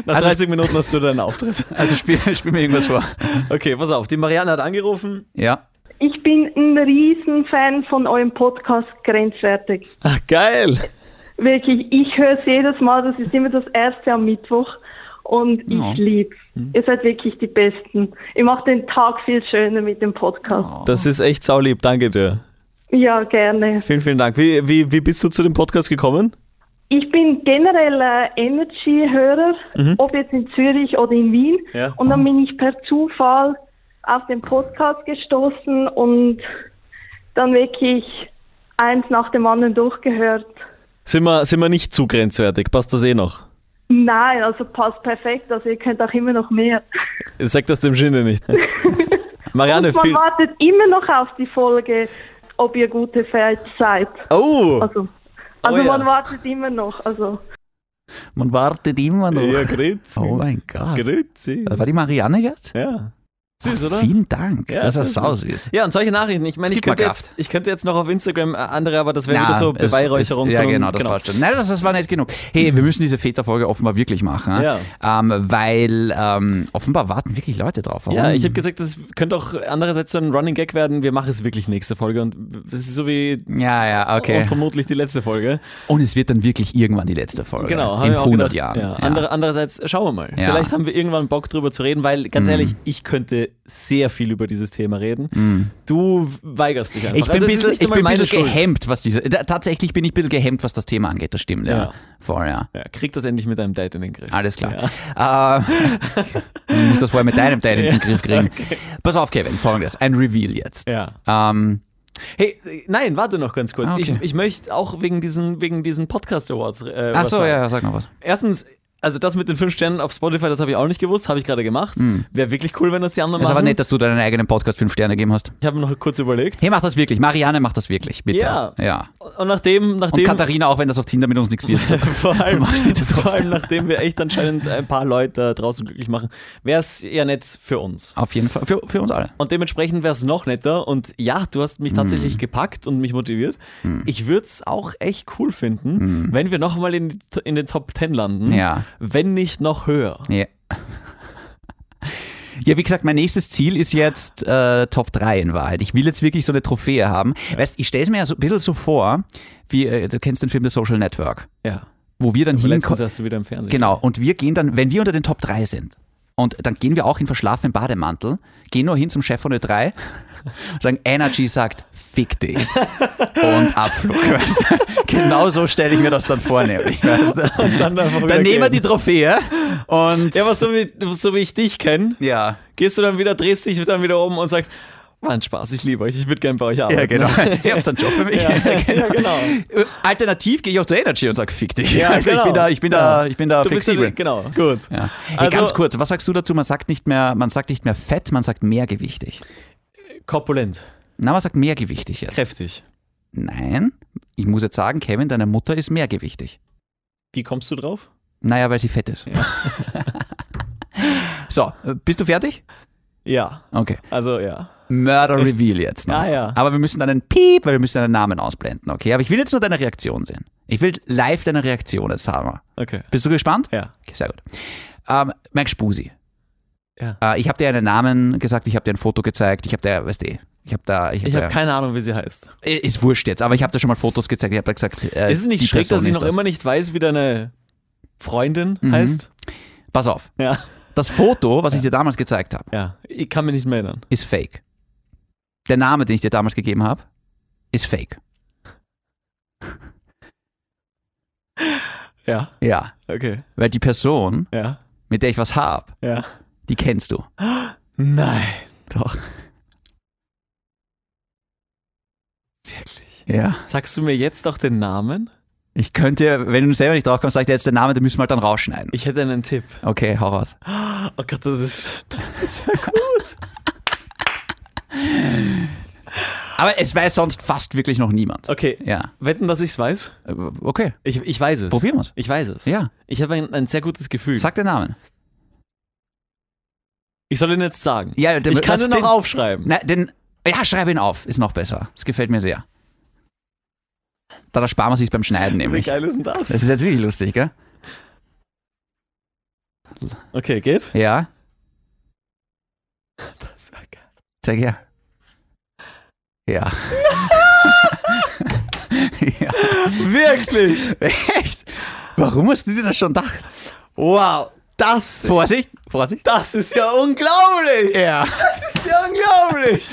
[SPEAKER 1] Nach
[SPEAKER 2] Also-
[SPEAKER 1] 30 Minuten hast du deinen Auftritt.
[SPEAKER 2] Also spiel, spiel mir irgendwas vor.
[SPEAKER 1] Okay, pass auf. Die Marianne hat angerufen.
[SPEAKER 2] Ja.
[SPEAKER 6] Ich bin ein Riesenfan von eurem Podcast Grenzwertig.
[SPEAKER 1] Ach, geil.
[SPEAKER 6] Wirklich, ich höre es jedes Mal, das ist immer das erste am Mittwoch und ich
[SPEAKER 2] Ja.
[SPEAKER 6] lieb's. Ihr seid wirklich die Besten. Ihr macht den Tag viel schöner mit dem Podcast.
[SPEAKER 1] Das ist echt saulieb. Danke dir.
[SPEAKER 6] Ja, gerne.
[SPEAKER 1] Vielen, vielen Dank. Wie, wie, wie bist du zu dem Podcast gekommen?
[SPEAKER 6] Ich bin generell äh, Energy-Hörer, ob jetzt in Zürich oder in Wien.
[SPEAKER 1] Ja.
[SPEAKER 6] Und dann bin ich per Zufall auf den Podcast gestoßen und dann wirklich eins nach dem anderen durchgehört.
[SPEAKER 1] Sind wir, sind wir nicht zu grenzwertig? Passt das eh noch?
[SPEAKER 6] Nein, also passt perfekt. Also ihr könnt auch immer noch mehr.
[SPEAKER 1] Sag das dem Schinde nicht. Marianne,
[SPEAKER 6] Also Man
[SPEAKER 1] viel.
[SPEAKER 6] wartet immer noch auf die Folge, ob ihr gute Fans seid.
[SPEAKER 1] Oh!
[SPEAKER 6] Also, also
[SPEAKER 1] ja.
[SPEAKER 6] man wartet immer noch. Also
[SPEAKER 2] Man wartet immer noch.
[SPEAKER 1] Ja, grüezi.
[SPEAKER 2] oh mein Gott.
[SPEAKER 1] Grüezi.
[SPEAKER 2] Das war die Marianne jetzt?
[SPEAKER 1] Ja. Süß, oder?
[SPEAKER 2] Vielen Dank.
[SPEAKER 1] Ja, das
[SPEAKER 2] das ist
[SPEAKER 1] ist-
[SPEAKER 2] sauswiss.
[SPEAKER 1] Ja, und solche Nachrichten. Ich meine,
[SPEAKER 2] Es
[SPEAKER 1] ich
[SPEAKER 2] gibt mal
[SPEAKER 1] könnte,
[SPEAKER 2] Kraft.
[SPEAKER 1] jetzt, ich könnte jetzt noch auf Instagram äh, andere, aber das wäre
[SPEAKER 2] Na,
[SPEAKER 1] wieder so
[SPEAKER 2] es- es-
[SPEAKER 1] Beweihräucherung.
[SPEAKER 2] Ja,
[SPEAKER 1] von-
[SPEAKER 2] genau, das passt schon. Nein, das, das war nicht genug. Hey, wir müssen diese Väterfolge offenbar wirklich machen.
[SPEAKER 1] Ja.
[SPEAKER 2] Ähm, weil ähm, offenbar warten wirklich Leute drauf. Warum?
[SPEAKER 1] Ja, ich habe gesagt, das könnte auch andererseits so ein Running Gag werden. Wir machen es wirklich nächste Folge und das ist so wie
[SPEAKER 2] ja, ja, okay.
[SPEAKER 1] und vermutlich die letzte Folge.
[SPEAKER 2] Und es wird dann wirklich irgendwann die letzte Folge.
[SPEAKER 1] Genau, haben
[SPEAKER 2] In
[SPEAKER 1] wir auch
[SPEAKER 2] 100
[SPEAKER 1] gedacht.
[SPEAKER 2] Jahren.
[SPEAKER 1] Ja. Andere, andererseits schauen wir mal.
[SPEAKER 2] Ja. Mhm.
[SPEAKER 1] Vielleicht haben wir irgendwann Bock drüber zu reden, weil ganz ehrlich, ich könnte sehr viel über dieses Thema reden. Du weigerst dich einfach.
[SPEAKER 2] Mhm. Ich bin
[SPEAKER 1] also,
[SPEAKER 2] ein
[SPEAKER 1] es ist
[SPEAKER 2] bisschen,
[SPEAKER 1] nicht
[SPEAKER 2] ich
[SPEAKER 1] einmal
[SPEAKER 2] bin ein
[SPEAKER 1] meine
[SPEAKER 2] bisschen
[SPEAKER 1] Schuld.
[SPEAKER 2] gehemmt, was diese. Da, tatsächlich bin ich ein bisschen gehemmt, was das Thema angeht, das stimmt. Ja.
[SPEAKER 1] Ja.
[SPEAKER 2] Voll, ja.
[SPEAKER 1] Ja, krieg das endlich mit deinem Date in den Griff.
[SPEAKER 2] Alles klar. Äh, du musst das vorher mit deinem Teil in den Griff kriegen. Pass auf, Kevin, folgendes. Ein Reveal jetzt.
[SPEAKER 1] Ja.
[SPEAKER 2] Ähm,
[SPEAKER 1] Hey, äh, nein, warte noch ganz kurz.
[SPEAKER 2] Ah, okay.
[SPEAKER 1] ich, ich möchte auch wegen diesen, wegen diesen Podcast Awards. Äh,
[SPEAKER 2] ach
[SPEAKER 1] was
[SPEAKER 2] so,
[SPEAKER 1] sagen.
[SPEAKER 2] ja, sag noch was.
[SPEAKER 1] Erstens, also das mit den fünf Sternen auf Spotify, das habe ich auch nicht gewusst, habe ich gerade gemacht. Wäre wirklich cool, wenn das die anderen
[SPEAKER 2] Hm. Ist
[SPEAKER 1] machen.
[SPEAKER 2] aber nett, dass du deinen eigenen Podcast fünf Sterne gegeben hast.
[SPEAKER 1] Ich habe mir noch kurz überlegt.
[SPEAKER 2] Hey, mach das wirklich. Marianne macht das wirklich, bitte.
[SPEAKER 1] Ja.
[SPEAKER 2] ja.
[SPEAKER 1] Und nachdem,
[SPEAKER 2] Und
[SPEAKER 1] nachdem
[SPEAKER 2] Katharina, auch wenn das auf Tinder mit uns nichts wird.
[SPEAKER 1] vor allem,
[SPEAKER 2] mach's bitte
[SPEAKER 1] vor
[SPEAKER 2] trotzdem.
[SPEAKER 1] allem nachdem wir echt anscheinend ein paar Leute da draußen glücklich machen, wäre es eher nett für uns.
[SPEAKER 2] auf jeden Fall. Für, für uns alle.
[SPEAKER 1] Und dementsprechend wäre es noch netter. Und ja, du hast mich
[SPEAKER 2] Mhm.
[SPEAKER 1] tatsächlich gepackt und mich motiviert. Ich würde es auch echt cool finden, wenn wir nochmal in, die T- in den Top 10 landen.
[SPEAKER 2] Mhm. Ja.
[SPEAKER 1] Wenn nicht noch höher.
[SPEAKER 2] Ja. Ja, wie gesagt, mein nächstes Ziel ist jetzt äh, Top 3 in Wahrheit. Ich will jetzt wirklich so eine Trophäe haben. Weißt, ich stelle es mir ja so ein bisschen so vor, wie äh, du kennst den Film The Social Network,
[SPEAKER 1] Ja.
[SPEAKER 2] wo wir dann
[SPEAKER 1] Aber Also letztens
[SPEAKER 2] hinkommen.
[SPEAKER 1] hast du wieder im Fernsehen.
[SPEAKER 2] Genau, und wir gehen dann, wenn wir unter den Top 3 sind, und dann gehen wir auch in verschlafenen Bademantel, gehen nur hin zum Chef von Ö3 und sagen, Energy sagt, fick dich. Und Abflug. Weißt du? Genau so stelle ich mir das dann vor, nämlich. Weißt du?
[SPEAKER 1] Dann, einfach wieder
[SPEAKER 2] Dann nehmen wir die
[SPEAKER 1] gehen.
[SPEAKER 2] Trophäe und...
[SPEAKER 1] Ja, aber so wie, so wie ich dich kenne,
[SPEAKER 2] ja.
[SPEAKER 1] gehst du dann wieder, drehst dich dann wieder um und sagst, war ein Spaß, ich liebe euch, ich würde gern bei euch arbeiten.
[SPEAKER 2] Ja, genau. Ihr habt einen Job für mich.
[SPEAKER 1] Ja, ja, genau.
[SPEAKER 2] Alternativ gehe ich auch zur Energy und sage, fick dich.
[SPEAKER 1] Ja,
[SPEAKER 2] also ich bin
[SPEAKER 1] genau.
[SPEAKER 2] da, ich bin da, ich bin da
[SPEAKER 1] Du bist ja,
[SPEAKER 2] flexibel.
[SPEAKER 1] genau, gut.
[SPEAKER 2] ja. hey,
[SPEAKER 1] Also-
[SPEAKER 2] ganz kurz, was sagst du dazu? Man sagt nicht mehr, man sagt nicht mehr fett, man sagt mehrgewichtig.
[SPEAKER 1] Korpulent,
[SPEAKER 2] Na, man sagt mehrgewichtig jetzt.
[SPEAKER 1] kräftig.
[SPEAKER 2] Nein, ich muss jetzt sagen, Kevin, deine Mutter ist mehrgewichtig.
[SPEAKER 1] Wie kommst du drauf?
[SPEAKER 2] Naja, weil sie fett ist. so, bist du fertig?
[SPEAKER 1] Ja,
[SPEAKER 2] Okay.
[SPEAKER 1] also ja.
[SPEAKER 2] Murder Reveal jetzt noch.
[SPEAKER 1] Ah, ja.
[SPEAKER 2] Aber wir müssen einen Piep, weil wir müssen deinen Namen ausblenden, okay? Aber ich will jetzt nur deine Reaktion sehen. Ich will live deine Reaktion jetzt haben.
[SPEAKER 1] Okay.
[SPEAKER 2] Bist du gespannt?
[SPEAKER 1] Ja.
[SPEAKER 2] Okay, sehr gut. Ähm, Max Spusi.
[SPEAKER 1] Ja.
[SPEAKER 2] Äh, ich habe dir einen Namen gesagt, ich habe dir ein Foto gezeigt, ich habe dir, weißt du, ich habe da, ich hab
[SPEAKER 1] Ich
[SPEAKER 2] da,
[SPEAKER 1] habe keine Ahnung, wie sie heißt.
[SPEAKER 2] Äh, ist wurscht jetzt, aber ich habe dir schon mal Fotos gezeigt, ich habe da gesagt, äh,
[SPEAKER 1] Ist es nicht
[SPEAKER 2] die
[SPEAKER 1] schräg,
[SPEAKER 2] Person
[SPEAKER 1] dass ich
[SPEAKER 2] ist
[SPEAKER 1] noch
[SPEAKER 2] das.
[SPEAKER 1] immer nicht weiß, wie deine Freundin
[SPEAKER 2] Mhm.
[SPEAKER 1] heißt?
[SPEAKER 2] Pass auf,
[SPEAKER 1] Ja.
[SPEAKER 2] das Foto, was ich dir damals gezeigt habe,
[SPEAKER 1] Ja. Ich kann mich nicht mehr erinnern.
[SPEAKER 2] ist fake. Der Name, den ich dir damals gegeben habe, ist fake.
[SPEAKER 1] Ja.
[SPEAKER 2] Ja,
[SPEAKER 1] Okay.
[SPEAKER 2] weil die Person,
[SPEAKER 1] Ja.
[SPEAKER 2] mit der ich was habe,
[SPEAKER 1] Ja.
[SPEAKER 2] die kennst du.
[SPEAKER 1] Nein.
[SPEAKER 2] Doch. Wirklich? Ja.
[SPEAKER 1] Sagst du mir jetzt auch den Namen?
[SPEAKER 2] Ich könnte, wenn du selber nicht drauf kommst, sag ich dir jetzt den Namen, den müssen wir halt dann rausschneiden.
[SPEAKER 1] Ich hätte einen Tipp.
[SPEAKER 2] Okay, hau raus.
[SPEAKER 1] Oh Gott, das ist, das ist ja gut.
[SPEAKER 2] Aber es weiß sonst fast wirklich noch niemand.
[SPEAKER 1] Okay.
[SPEAKER 2] Ja.
[SPEAKER 1] Wetten, dass ich es weiß?
[SPEAKER 2] Äh, Okay.
[SPEAKER 1] Ich, ich weiß es.
[SPEAKER 2] Probieren wir's.
[SPEAKER 1] Ich weiß es.
[SPEAKER 2] Ja.
[SPEAKER 1] Ich habe ein, ein sehr gutes Gefühl.
[SPEAKER 2] Sag den Namen.
[SPEAKER 1] Ich soll ihn jetzt sagen.
[SPEAKER 2] Ja, der-
[SPEAKER 1] ich kann
[SPEAKER 2] das-
[SPEAKER 1] ihn noch
[SPEAKER 2] den-
[SPEAKER 1] aufschreiben.
[SPEAKER 2] Na, den, ja, schreibe ihn auf. Ist noch besser. Das gefällt mir sehr. Da ersparen wir sich beim Schneiden
[SPEAKER 1] Wie
[SPEAKER 2] nämlich.
[SPEAKER 1] geil ist denn das?
[SPEAKER 2] Das ist jetzt wirklich lustig, gell?
[SPEAKER 1] okay, geht?
[SPEAKER 2] Ja,
[SPEAKER 1] Das war geil.
[SPEAKER 2] zeig her. Ja. ja.
[SPEAKER 1] Wirklich?
[SPEAKER 2] Echt? Warum hast du dir das schon gedacht?
[SPEAKER 1] Wow. Das,
[SPEAKER 2] Vorsicht, Vorsicht.
[SPEAKER 1] das ist ja unglaublich.
[SPEAKER 2] Ja.
[SPEAKER 1] Das ist ja unglaublich.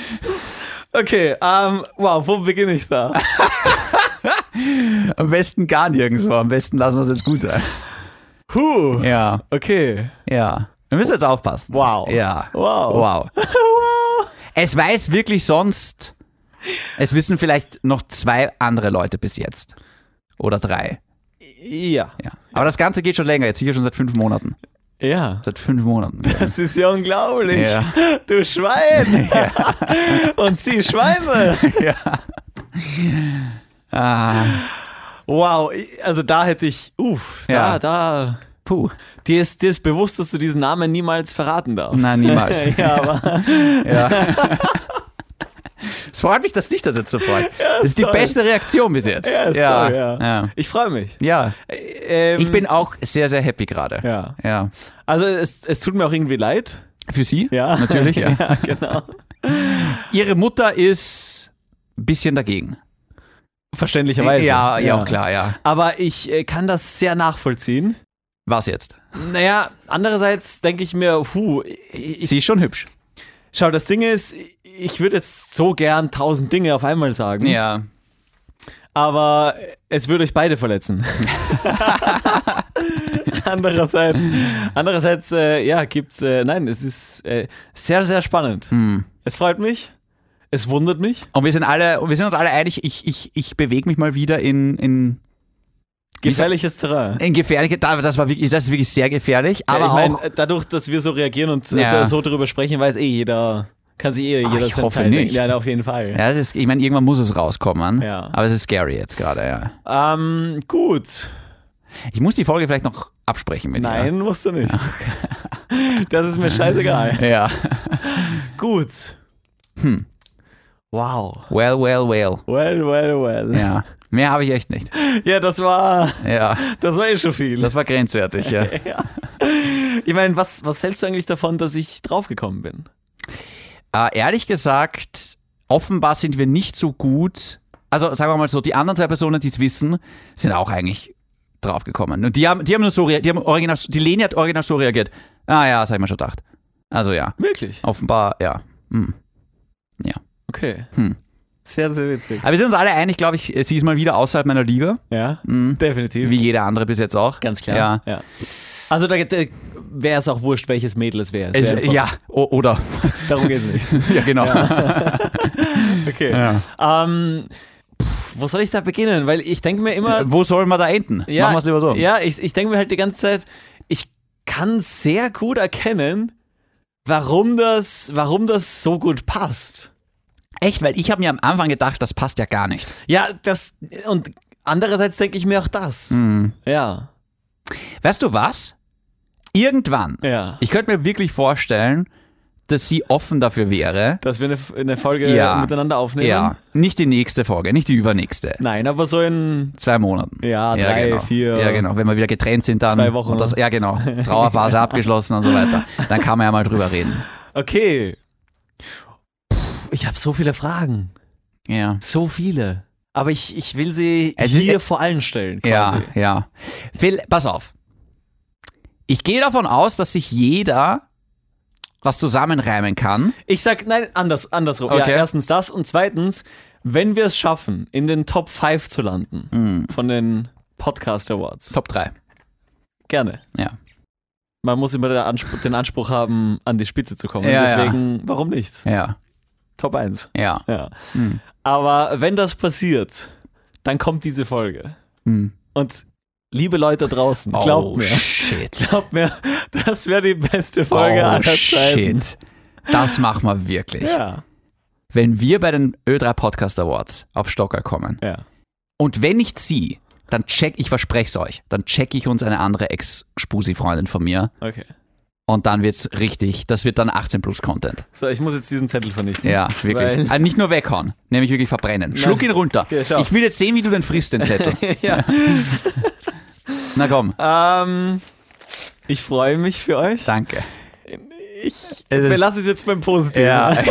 [SPEAKER 1] Okay, ähm, wow, wo beginne ich da?
[SPEAKER 2] Am besten gar nirgendwo. Am besten lassen wir es jetzt gut sein.
[SPEAKER 1] Huh.
[SPEAKER 2] Ja,
[SPEAKER 1] Okay.
[SPEAKER 2] ja. Wir müssen jetzt aufpassen.
[SPEAKER 1] Wow.
[SPEAKER 2] Ja.
[SPEAKER 1] Wow.
[SPEAKER 2] Wow. Es weiß wirklich sonst. Es wissen vielleicht noch zwei andere Leute bis jetzt. Oder drei.
[SPEAKER 1] Ja.
[SPEAKER 2] Ja. Aber das Ganze geht schon länger, jetzt sicher schon seit fünf Monaten.
[SPEAKER 1] Ja.
[SPEAKER 2] Seit fünf Monaten. Ja.
[SPEAKER 1] Das ist ja unglaublich.
[SPEAKER 2] Ja.
[SPEAKER 1] Du Schwein. Und sie Schweine.
[SPEAKER 2] Ah,
[SPEAKER 1] Wow, ich- also da hätte ich, uff, da,
[SPEAKER 2] Ja.
[SPEAKER 1] da.
[SPEAKER 2] puh.
[SPEAKER 1] Dir ist, dir ist bewusst, dass du diesen Namen niemals verraten darfst.
[SPEAKER 2] Nein, niemals.
[SPEAKER 1] ja, aber
[SPEAKER 2] Ja. Es freut mich, dass dich das jetzt so freut. das ist die
[SPEAKER 1] toll.
[SPEAKER 2] beste Reaktion bis jetzt.
[SPEAKER 1] ja, ist
[SPEAKER 2] ja.
[SPEAKER 1] toll, ja.
[SPEAKER 2] ja.
[SPEAKER 1] Ich freue mich.
[SPEAKER 2] Ja.
[SPEAKER 1] Ähm,
[SPEAKER 2] Ich bin auch sehr, sehr happy gerade.
[SPEAKER 1] Ja.
[SPEAKER 2] ja.
[SPEAKER 1] Also es, es tut mir auch irgendwie leid.
[SPEAKER 2] Für Sie?
[SPEAKER 1] Ja.
[SPEAKER 2] Natürlich, ja.
[SPEAKER 1] ja genau.
[SPEAKER 2] Ihre Mutter ist ein bisschen dagegen.
[SPEAKER 1] Verständlicherweise.
[SPEAKER 2] Ja, ja, auch klar, ja.
[SPEAKER 1] Aber ich äh, kann das sehr nachvollziehen.
[SPEAKER 2] Was jetzt?
[SPEAKER 1] Naja, andererseits denke ich mir, puh, ich,
[SPEAKER 2] Sie ist schon hübsch.
[SPEAKER 1] schau, das Ding ist, ich würde jetzt so gern tausend Dinge auf einmal sagen,
[SPEAKER 2] Ja.
[SPEAKER 1] aber es würde euch beide verletzen. andererseits, andererseits, äh, ja, gibt's, äh, nein, es ist äh, sehr, sehr spannend. Es freut mich, es wundert mich.
[SPEAKER 2] Und wir sind alle, und wir sind uns alle einig, ich, ich, ich bewege mich mal wieder in, in,
[SPEAKER 1] Gefährliches Terrain.
[SPEAKER 2] in gefährliche, da- das war wirklich, das ist wirklich sehr gefährlich, aber
[SPEAKER 1] ja, ich mein,
[SPEAKER 2] auch,
[SPEAKER 1] äh, dadurch, dass wir so reagieren und äh,
[SPEAKER 2] Ja.
[SPEAKER 1] da so darüber sprechen, weiß eh jeder, kann sich eh jeder
[SPEAKER 2] ich
[SPEAKER 1] sein
[SPEAKER 2] hoffe
[SPEAKER 1] Teil denken.
[SPEAKER 2] nicht.
[SPEAKER 1] Ja, na, auf jeden Fall.
[SPEAKER 2] ja, das ist, ich meine, irgendwann muss es rauskommen,
[SPEAKER 1] Ja.
[SPEAKER 2] aber es ist scary jetzt gerade, ja.
[SPEAKER 1] Ähm, gut.
[SPEAKER 2] Ich muss die Folge vielleicht noch absprechen mit
[SPEAKER 1] Nein, musst du nicht. Das ist mir scheißegal.
[SPEAKER 2] ihr. Ja.
[SPEAKER 1] Gut.
[SPEAKER 2] Hm.
[SPEAKER 1] Wow.
[SPEAKER 2] Well, well, well.
[SPEAKER 1] Well, well, well. Ja,
[SPEAKER 2] Ja. Mehr habe ich echt nicht.
[SPEAKER 1] das war,
[SPEAKER 2] Ja.
[SPEAKER 1] das war eh schon viel.
[SPEAKER 2] Das war grenzwertig, ja.
[SPEAKER 1] ich meine, was, was hältst du eigentlich davon, dass ich draufgekommen bin?
[SPEAKER 2] Äh, ehrlich gesagt, offenbar sind wir nicht so gut. Also sagen wir mal so, die anderen zwei Personen, die es wissen, sind auch eigentlich draufgekommen. Und die haben, die haben nur so reagiert, die, haben original, die Leni hat original so reagiert. Ah ja, das habe ich mir schon gedacht. Also ja,
[SPEAKER 1] Wirklich?
[SPEAKER 2] offenbar, ja. Hm. Ja.
[SPEAKER 1] Okay.
[SPEAKER 2] Hm.
[SPEAKER 1] Sehr, sehr witzig.
[SPEAKER 2] Aber wir sind uns alle einig, glaube ich, sie ist mal wieder außerhalb meiner Liga.
[SPEAKER 1] Ja,
[SPEAKER 2] Mhm.
[SPEAKER 1] definitiv.
[SPEAKER 2] Wie jeder andere bis jetzt auch.
[SPEAKER 1] Ganz klar.
[SPEAKER 2] Ja.
[SPEAKER 1] Also da, da wäre es auch wurscht, welches Mädel es wäre. Es
[SPEAKER 2] Es,
[SPEAKER 1] wär einfach-
[SPEAKER 2] ja, o oder.
[SPEAKER 1] Darum geht es nicht.
[SPEAKER 2] ja, genau.
[SPEAKER 1] Okay.
[SPEAKER 2] Ja.
[SPEAKER 1] Ähm, pff, wo soll ich da beginnen? Weil ich denke mir immer,
[SPEAKER 2] Wo soll man da enden?
[SPEAKER 1] Ja,
[SPEAKER 2] Äh, Machen wir es lieber so.
[SPEAKER 1] Ja, ich, ich denke mir halt die ganze Zeit, ich kann sehr gut erkennen, warum das, warum das so gut passt.
[SPEAKER 2] Echt, weil ich habe mir am Anfang gedacht, das passt ja gar nicht.
[SPEAKER 1] Ja, das und andererseits denke ich mir auch das.
[SPEAKER 2] Mhm.
[SPEAKER 1] Ja,
[SPEAKER 2] Weißt du was? Irgendwann.
[SPEAKER 1] ja.
[SPEAKER 2] Ich könnte mir wirklich vorstellen, dass sie offen dafür wäre.
[SPEAKER 1] Dass wir eine, eine Folge
[SPEAKER 2] Ja.
[SPEAKER 1] miteinander aufnehmen.
[SPEAKER 2] Ja. Nicht die nächste Folge, nicht die übernächste.
[SPEAKER 1] Nein, aber so in
[SPEAKER 2] Zwei Monaten.
[SPEAKER 1] Ja, drei,
[SPEAKER 2] genau.
[SPEAKER 1] vier.
[SPEAKER 2] Ja, genau. Wenn wir wieder getrennt sind, dann.
[SPEAKER 1] Zwei Wochen,
[SPEAKER 2] Und das,
[SPEAKER 1] oder?
[SPEAKER 2] ja, genau. Trauerphase abgeschlossen und so weiter. Dann kann man ja mal drüber reden.
[SPEAKER 1] okay. Puh, ich habe so viele Fragen,
[SPEAKER 2] Ja.
[SPEAKER 1] so viele. Aber ich, ich will sie
[SPEAKER 2] Es ist-
[SPEAKER 1] hier vor allen stellen. Quasi.
[SPEAKER 2] Ja, ja. Phil, pass auf. Ich gehe davon aus, dass sich jeder was zusammenreimen kann.
[SPEAKER 1] Ich sag, nein, anders, andersrum. Ja,
[SPEAKER 2] Okay.
[SPEAKER 1] erstens das und zweitens, wenn wir es schaffen, in den Top 5 zu landen von den Podcast Awards,
[SPEAKER 2] Top 3.
[SPEAKER 1] gerne.
[SPEAKER 2] Ja.
[SPEAKER 1] Man muss immer den Anspruch, den Anspruch haben, an die Spitze zu kommen.
[SPEAKER 2] Ja, ja.
[SPEAKER 1] Deswegen, warum nicht?
[SPEAKER 2] Ja. Hm.
[SPEAKER 1] Top 1.
[SPEAKER 2] Ja.
[SPEAKER 1] Ja. Aber wenn das passiert, dann kommt diese Folge.
[SPEAKER 2] Hm.
[SPEAKER 1] Und liebe Leute draußen, glaubt
[SPEAKER 2] oh,
[SPEAKER 1] mir,
[SPEAKER 2] shit.
[SPEAKER 1] glaubt mir, das wäre die beste Folge
[SPEAKER 2] oh,
[SPEAKER 1] aller Zeiten.
[SPEAKER 2] shit. Das machen wir wirklich.
[SPEAKER 1] Ja.
[SPEAKER 2] wenn wir bei den Ö3 Podcast Awards auf Stocker kommen
[SPEAKER 1] Ja.
[SPEAKER 2] und wenn nicht sie, dann check, ich verspreche es euch, dann check ich uns eine andere Ex-Spusi-Freundin von mir
[SPEAKER 1] Okay.
[SPEAKER 2] und dann wird's richtig, das wird dann 18 plus Content.
[SPEAKER 1] So, ich muss jetzt diesen Zettel vernichten.
[SPEAKER 2] Ja, wirklich.
[SPEAKER 1] Weil-
[SPEAKER 2] Ah, nicht nur weghauen, nämlich wirklich verbrennen. Schluck ihn runter.
[SPEAKER 1] Ja, schau.
[SPEAKER 2] ich will jetzt sehen, wie du den frisst, den Zettel.
[SPEAKER 1] Ja.
[SPEAKER 2] Na komm,
[SPEAKER 1] Ähm, ich freue mich für euch.
[SPEAKER 2] danke.
[SPEAKER 1] Wir
[SPEAKER 2] Es ist-
[SPEAKER 1] lassen es jetzt beim Positiven.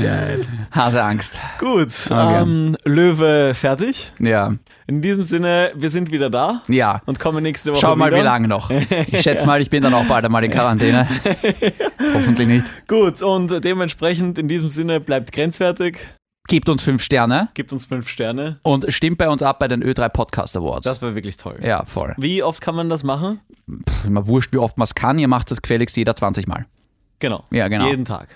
[SPEAKER 2] Ja. Haseangst.
[SPEAKER 1] Gut.
[SPEAKER 2] Okay.
[SPEAKER 1] Ähm, Löwe fertig.
[SPEAKER 2] Ja.
[SPEAKER 1] In diesem Sinne, wir sind wieder da.
[SPEAKER 2] Ja.
[SPEAKER 1] Und kommen nächste Woche
[SPEAKER 2] Schau mal,
[SPEAKER 1] wieder.
[SPEAKER 2] wie lange noch. Ich schätze mal, ich bin dann auch bald einmal in Quarantäne. Hoffentlich nicht.
[SPEAKER 1] Gut, und dementsprechend in diesem Sinne bleibt grenzwertig,
[SPEAKER 2] Gebt uns fünf Sterne
[SPEAKER 1] gibt uns fünf Sterne.
[SPEAKER 2] und stimmt bei uns ab bei den Ö3 Podcast Awards.
[SPEAKER 1] Das war wirklich toll.
[SPEAKER 2] ja, voll.
[SPEAKER 1] Wie oft kann man das machen?
[SPEAKER 2] Pff, Mal wurscht, wie oft man es kann. Ihr macht das gefälligst jeder 20 Mal.
[SPEAKER 1] Genau.
[SPEAKER 2] Ja, genau.
[SPEAKER 1] Jeden Tag.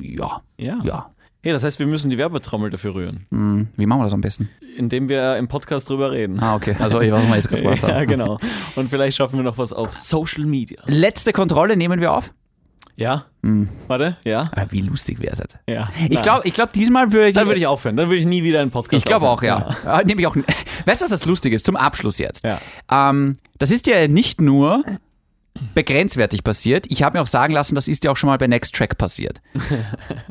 [SPEAKER 2] Ja.
[SPEAKER 1] Ja.
[SPEAKER 2] Ja.
[SPEAKER 1] Hey, das heißt, wir müssen die Werbetrommel dafür rühren,
[SPEAKER 2] Hm, Wie machen wir das am besten?
[SPEAKER 1] indem wir im Podcast drüber reden.
[SPEAKER 2] Ah, okay. Also, ich weiß, was wir jetzt gerade gemacht haben.
[SPEAKER 1] ja, genau. Und vielleicht schaffen wir noch was auf Social Media.
[SPEAKER 2] Letzte Kontrolle nehmen wir auf.
[SPEAKER 1] Ja? Warte, ja?
[SPEAKER 2] Ah, wie lustig wäre es jetzt?
[SPEAKER 1] Ja.
[SPEAKER 2] Hm. Ich glaube, ich glaub, diesmal würde ich.
[SPEAKER 1] Dann würde ich aufhören. Dann würde ich nie wieder einen Podcast
[SPEAKER 2] Ich glaube auch,
[SPEAKER 1] aufhören.
[SPEAKER 2] ja. Äh, Nehme ich auch. Weißt du, was das Lustige ist? Zum Abschluss jetzt.
[SPEAKER 1] Ja.
[SPEAKER 2] Ähm, das ist ja nicht nur begrenzwertig passiert. Ich habe mir auch sagen lassen, das ist ja auch schon mal bei Next Track passiert.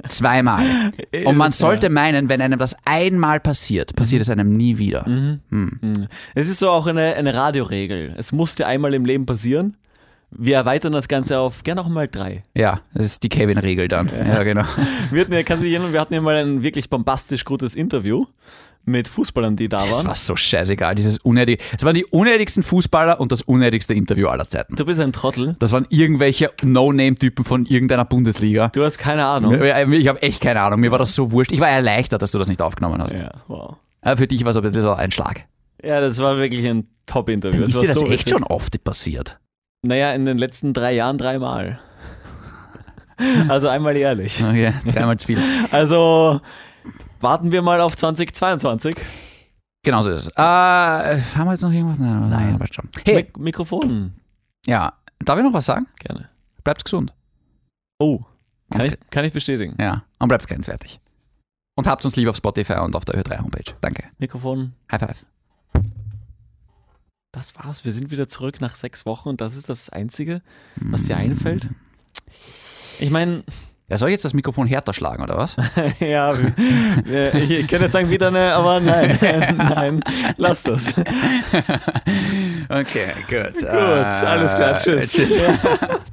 [SPEAKER 2] Zweimal. Und man sollte meinen, wenn einem das einmal passiert, passiert es einem nie wieder.
[SPEAKER 1] Es ist so auch eine, eine Radioregel. Es muss dir einmal im Leben passieren. Wir erweitern das Ganze auf gerne auch mal drei.
[SPEAKER 2] Ja, das ist die Kevin-Regel dann. Ja, genau.
[SPEAKER 1] Wir hatten ja, kannst du dich erinnern, wir hatten ja mal ein wirklich bombastisch gutes Interview mit Fußballern, die da
[SPEAKER 2] Das
[SPEAKER 1] waren.
[SPEAKER 2] war so scheißegal. Dieses unnötig. Das waren die unnötigsten Fußballer und das unnötigste Interview aller Zeiten.
[SPEAKER 1] Du bist ein Trottel.
[SPEAKER 2] Das waren irgendwelche No-Name-Typen von irgendeiner Bundesliga.
[SPEAKER 1] Du hast keine Ahnung.
[SPEAKER 2] Mir- mir- Ich habe echt keine Ahnung, mir war das so wurscht. Ich war erleichtert, dass du das nicht aufgenommen hast.
[SPEAKER 1] Ja, wow.
[SPEAKER 2] Äh, Für dich war es aber das war ein Schlag.
[SPEAKER 1] Ja, das war wirklich ein Top-Interview.
[SPEAKER 2] Ist
[SPEAKER 1] war
[SPEAKER 2] dir das
[SPEAKER 1] so
[SPEAKER 2] echt
[SPEAKER 1] witzig.
[SPEAKER 2] schon oft passiert?
[SPEAKER 1] Naja, in den letzten drei Jahren dreimal. Also einmal jährlich.
[SPEAKER 2] Okay, dreimal zu viel.
[SPEAKER 1] Also warten wir mal auf 2022.
[SPEAKER 2] Genau so ist es. Äh, haben wir jetzt noch irgendwas? Nein, Nein. aber schon. Hey,
[SPEAKER 1] Mik Mikrofon,
[SPEAKER 2] ja, darf ich noch was sagen?
[SPEAKER 1] gerne.
[SPEAKER 2] Bleibt gesund.
[SPEAKER 1] Oh,
[SPEAKER 2] Und,
[SPEAKER 1] kann, ich, kann ich bestätigen.
[SPEAKER 2] Ja, und bleibt grenzwertig. Und habt uns lieb auf Spotify und auf der Ö3-Homepage. Danke.
[SPEAKER 1] Mikrofon,
[SPEAKER 2] High five.
[SPEAKER 1] das war's. Wir sind wieder zurück nach sechs Wochen und das ist das Einzige, was
[SPEAKER 2] Mm.
[SPEAKER 1] dir einfällt. Ich meine,
[SPEAKER 2] Hm. Ja, soll ich jetzt das Mikrofon härter schlagen, oder was?
[SPEAKER 1] Ja, w- äh, ich könnte jetzt sagen, wieder eine, aber nein, nein, lass das.
[SPEAKER 2] Äh,
[SPEAKER 1] Gut,
[SPEAKER 2] Okay, gut. Äh, Gut,
[SPEAKER 1] alles klar, tschüss.
[SPEAKER 2] Tschüss.